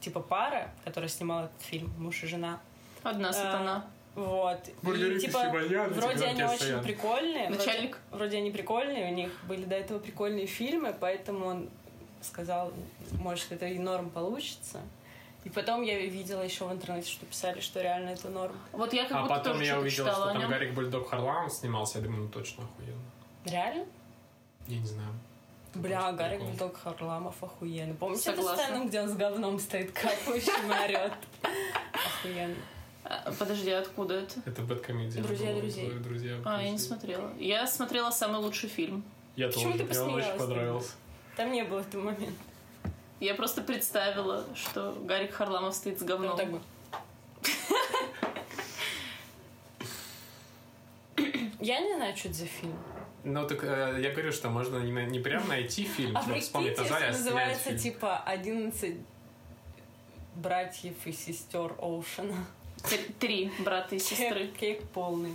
[SPEAKER 2] типа пара, которая снимала этот фильм «Муж и жена».
[SPEAKER 3] Одна сатана.
[SPEAKER 2] Вот.
[SPEAKER 1] Бургеры
[SPEAKER 2] И, типа,
[SPEAKER 1] Симонян, эти
[SPEAKER 2] вроде они
[SPEAKER 1] громкие
[SPEAKER 2] очень
[SPEAKER 1] стоят.
[SPEAKER 2] прикольные. вроде-
[SPEAKER 3] Начальник.
[SPEAKER 2] Вроде, они прикольные, у них были до этого прикольные фильмы, поэтому он сказал, может, это и норм получится. И потом я видела еще в интернете, что писали, что реально это норм.
[SPEAKER 3] Вот я как
[SPEAKER 1] А
[SPEAKER 3] будто
[SPEAKER 1] потом
[SPEAKER 3] тоже
[SPEAKER 1] я
[SPEAKER 3] что-то
[SPEAKER 1] увидел,
[SPEAKER 3] читала
[SPEAKER 1] что
[SPEAKER 3] о
[SPEAKER 1] там
[SPEAKER 3] нем.
[SPEAKER 1] Гарик Бульдог Харлам снимался. Я думаю, ну точно охуенно.
[SPEAKER 2] Реально?
[SPEAKER 1] Я не знаю.
[SPEAKER 2] Бля,
[SPEAKER 1] Просто
[SPEAKER 2] Гарик
[SPEAKER 1] прикол.
[SPEAKER 2] Бульдог Харламов охуенно. Помните эту
[SPEAKER 3] Согласна.
[SPEAKER 2] сцену, где он с говном стоит капающим и орет? Охуенно.
[SPEAKER 3] А, Подожди, откуда это?
[SPEAKER 1] Это бэткомедия.
[SPEAKER 2] Друзья
[SPEAKER 1] была,
[SPEAKER 2] друзей.
[SPEAKER 1] «Двое Друзья
[SPEAKER 3] А, я не
[SPEAKER 1] друзей».
[SPEAKER 3] смотрела. Я смотрела самый лучший фильм.
[SPEAKER 1] Я
[SPEAKER 2] Почему
[SPEAKER 1] тоже.
[SPEAKER 2] ты
[SPEAKER 1] Мне он
[SPEAKER 2] посмеялась
[SPEAKER 1] очень
[SPEAKER 2] тогда?
[SPEAKER 1] понравился.
[SPEAKER 2] Там не было этого момента.
[SPEAKER 3] Я просто представила, что Гарик Харламов стоит с
[SPEAKER 2] Он
[SPEAKER 3] говном.
[SPEAKER 2] Ну, так бы. Я не знаю, что это за фильм.
[SPEAKER 1] Ну так э, я говорю, что можно не, на- не прям найти фильм,
[SPEAKER 2] <laughs> А
[SPEAKER 1] но вспомнить
[SPEAKER 2] прикиньте,
[SPEAKER 1] назад,
[SPEAKER 2] если
[SPEAKER 1] а снять
[SPEAKER 2] называется
[SPEAKER 1] фильм.
[SPEAKER 2] типа 11 братьев и сестер Оушена.
[SPEAKER 3] Т- Три брата и сестры.
[SPEAKER 2] Кейк, кейк полный.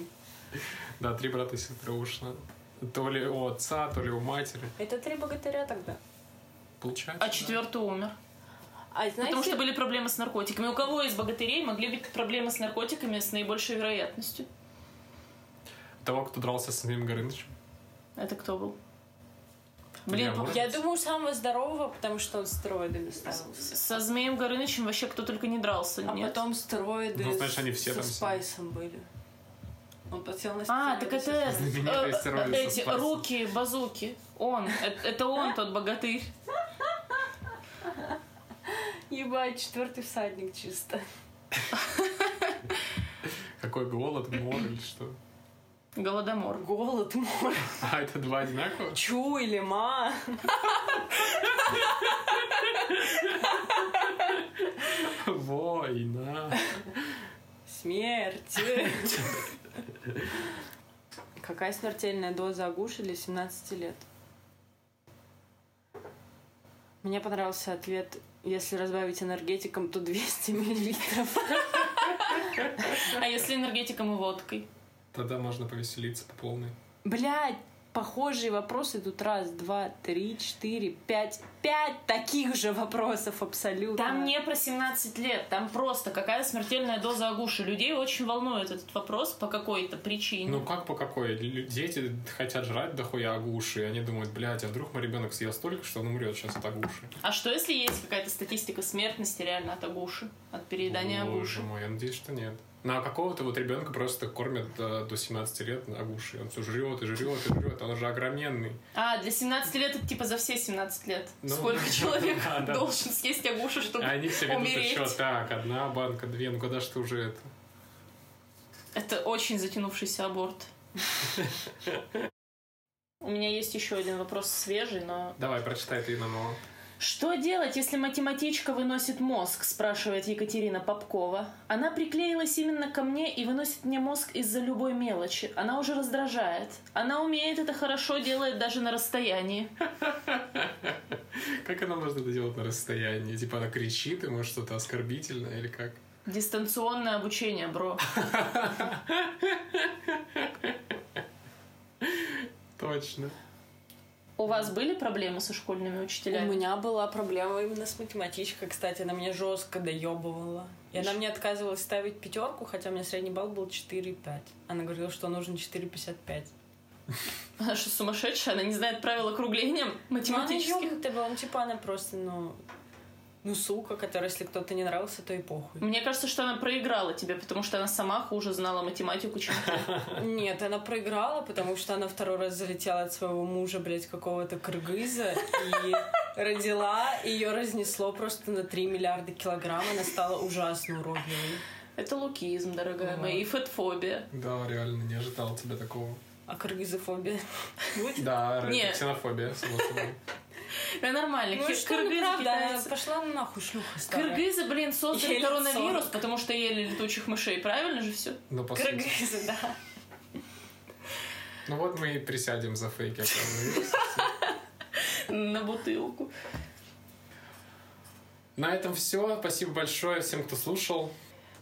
[SPEAKER 1] Да, три брата и сестры Ушна. То ли у отца, то ли у матери.
[SPEAKER 2] Это три богатыря тогда.
[SPEAKER 1] Получается.
[SPEAKER 3] А
[SPEAKER 1] да.
[SPEAKER 3] четвертый умер.
[SPEAKER 2] А
[SPEAKER 3] Потому что
[SPEAKER 2] знаете,
[SPEAKER 3] были проблемы с наркотиками. У кого из богатырей могли быть проблемы с наркотиками с наибольшей вероятностью?
[SPEAKER 1] Того, кто дрался с самим Горынычем.
[SPEAKER 3] Это кто был?
[SPEAKER 1] Я
[SPEAKER 3] Блин, по-
[SPEAKER 1] был.
[SPEAKER 2] я думаю, самого здорового, потому что он стероидами ставился.
[SPEAKER 3] со Змеем Горынычем вообще кто только не дрался.
[SPEAKER 2] А
[SPEAKER 3] нет.
[SPEAKER 2] потом стероиды
[SPEAKER 1] Ну, значит, они все
[SPEAKER 2] со
[SPEAKER 1] там
[SPEAKER 2] спайсом были. Он подсел на
[SPEAKER 3] А,
[SPEAKER 2] стероиды
[SPEAKER 3] так
[SPEAKER 2] со
[SPEAKER 3] это
[SPEAKER 2] спайсом.
[SPEAKER 1] Знаменитые
[SPEAKER 3] э,
[SPEAKER 1] стероиды со
[SPEAKER 3] эти
[SPEAKER 1] спайсом.
[SPEAKER 3] руки, базуки. Он. Э- Это он тот богатырь.
[SPEAKER 2] Ебать, четвертый всадник чисто.
[SPEAKER 1] Какой голод, мор или что?
[SPEAKER 3] Голодомор.
[SPEAKER 2] Голод, мор.
[SPEAKER 1] А это два одинаково?
[SPEAKER 2] Чу или ма.
[SPEAKER 1] Война.
[SPEAKER 2] <laughs> Смерть. Какая смертельная доза Агуши для 17 лет? Мне понравился ответ, если разбавить энергетиком, то 200 миллилитров.
[SPEAKER 3] А если энергетиком и водкой?
[SPEAKER 1] Тогда можно повеселиться по полной.
[SPEAKER 2] Блядь, похожие вопросы тут раз, два, три, четыре, пять. Пять таких же вопросов абсолютно.
[SPEAKER 3] Там не про 17 лет, там просто какая смертельная доза агуши. Людей очень волнует этот вопрос по какой-то причине.
[SPEAKER 1] Ну как по какой? Лю- Дети хотят жрать дохуя агуши, и они думают, блядь, а вдруг мой ребенок съест столько, что он умрет сейчас от агуши.
[SPEAKER 3] А что если есть какая-то статистика смертности реально от агуши, от переедания
[SPEAKER 1] Боже
[SPEAKER 3] агуши?
[SPEAKER 1] мой, я надеюсь, что нет. Ну а какого-то вот ребенка просто кормят э, до 17 лет агуши. Он все жрет и жрет и жрет, он же огроменный.
[SPEAKER 3] А, для 17 лет это типа за все 17 лет.
[SPEAKER 1] Ну,
[SPEAKER 3] Сколько
[SPEAKER 1] <laughs> да,
[SPEAKER 3] человек
[SPEAKER 1] да, да.
[SPEAKER 3] должен съесть агушу, чтобы
[SPEAKER 1] А они все ведут
[SPEAKER 3] умереть?
[SPEAKER 1] еще так, одна банка, две, ну когда ж ты уже это?
[SPEAKER 3] Это очень
[SPEAKER 1] <laughs>
[SPEAKER 3] затянувшийся аборт. У меня есть еще один вопрос свежий, но...
[SPEAKER 1] Давай, прочитай ты нам его.
[SPEAKER 3] Что делать, если математичка выносит мозг, спрашивает Екатерина Попкова. Она приклеилась именно ко мне и выносит мне мозг из-за любой мелочи. Она уже раздражает. Она умеет это хорошо, делает даже на расстоянии.
[SPEAKER 1] Как она может это делать на расстоянии? Типа она кричит, ему что-то оскорбительное или как?
[SPEAKER 3] Дистанционное обучение, бро.
[SPEAKER 1] Точно.
[SPEAKER 3] У вас были проблемы со школьными
[SPEAKER 2] У
[SPEAKER 3] учителями?
[SPEAKER 2] меня была проблема именно с математичкой, кстати. Она меня жестко доебывала. И она мне отказывалась ставить пятерку, хотя у меня средний балл был 4,5. Она говорила, что нужно 4,55.
[SPEAKER 3] Она что, сумасшедшая? Она не знает правил округления математических?
[SPEAKER 2] ты была, ну, типа, она просто, ну... Ну, сука, которая, если кто-то не нравился, то и похуй. <laughs>
[SPEAKER 3] Мне кажется, что она проиграла тебе, потому что она сама хуже знала математику, чем
[SPEAKER 2] <laughs>
[SPEAKER 3] ты.
[SPEAKER 2] Нет, она проиграла, потому что она второй раз залетела от своего мужа, блядь, какого-то кыргыза, и родила, ее разнесло просто на 3 миллиарда килограмм, она стала ужасно уродливой.
[SPEAKER 3] Это лукизм, дорогая
[SPEAKER 2] Ага.
[SPEAKER 3] моя, и фетфобия.
[SPEAKER 1] Да, реально, не ожидал от тебя такого.
[SPEAKER 2] А кыргызофобия? будет?
[SPEAKER 1] Да, р-
[SPEAKER 3] Не.
[SPEAKER 1] ксенофобия, само собой.
[SPEAKER 3] Да нормально,
[SPEAKER 2] Ну и
[SPEAKER 3] кир-
[SPEAKER 2] что неправда? Она
[SPEAKER 3] китайцы.
[SPEAKER 2] пошла нахуй, шлюха старая.
[SPEAKER 3] Кыргызы, блин, создали
[SPEAKER 2] Ели
[SPEAKER 3] коронавирус,
[SPEAKER 2] 40.
[SPEAKER 3] потому что ели летучих мышей. Правильно же
[SPEAKER 2] <laughs>
[SPEAKER 3] все?
[SPEAKER 1] Ну, по сути.
[SPEAKER 2] Кыргызы, да.
[SPEAKER 1] Ну вот мы и присядем за фейки. оказывается.
[SPEAKER 3] На бутылку.
[SPEAKER 1] На этом все. Спасибо большое всем, кто слушал.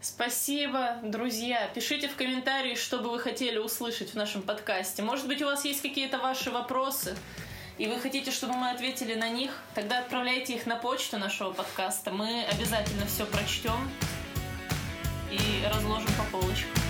[SPEAKER 3] Спасибо, друзья. Пишите в комментарии, что бы вы хотели услышать в нашем подкасте. Может быть, у вас есть какие-то ваши вопросы, и вы хотите, чтобы мы ответили на них, тогда отправляйте их на почту нашего подкаста. Мы обязательно все прочтем и разложим по полочкам.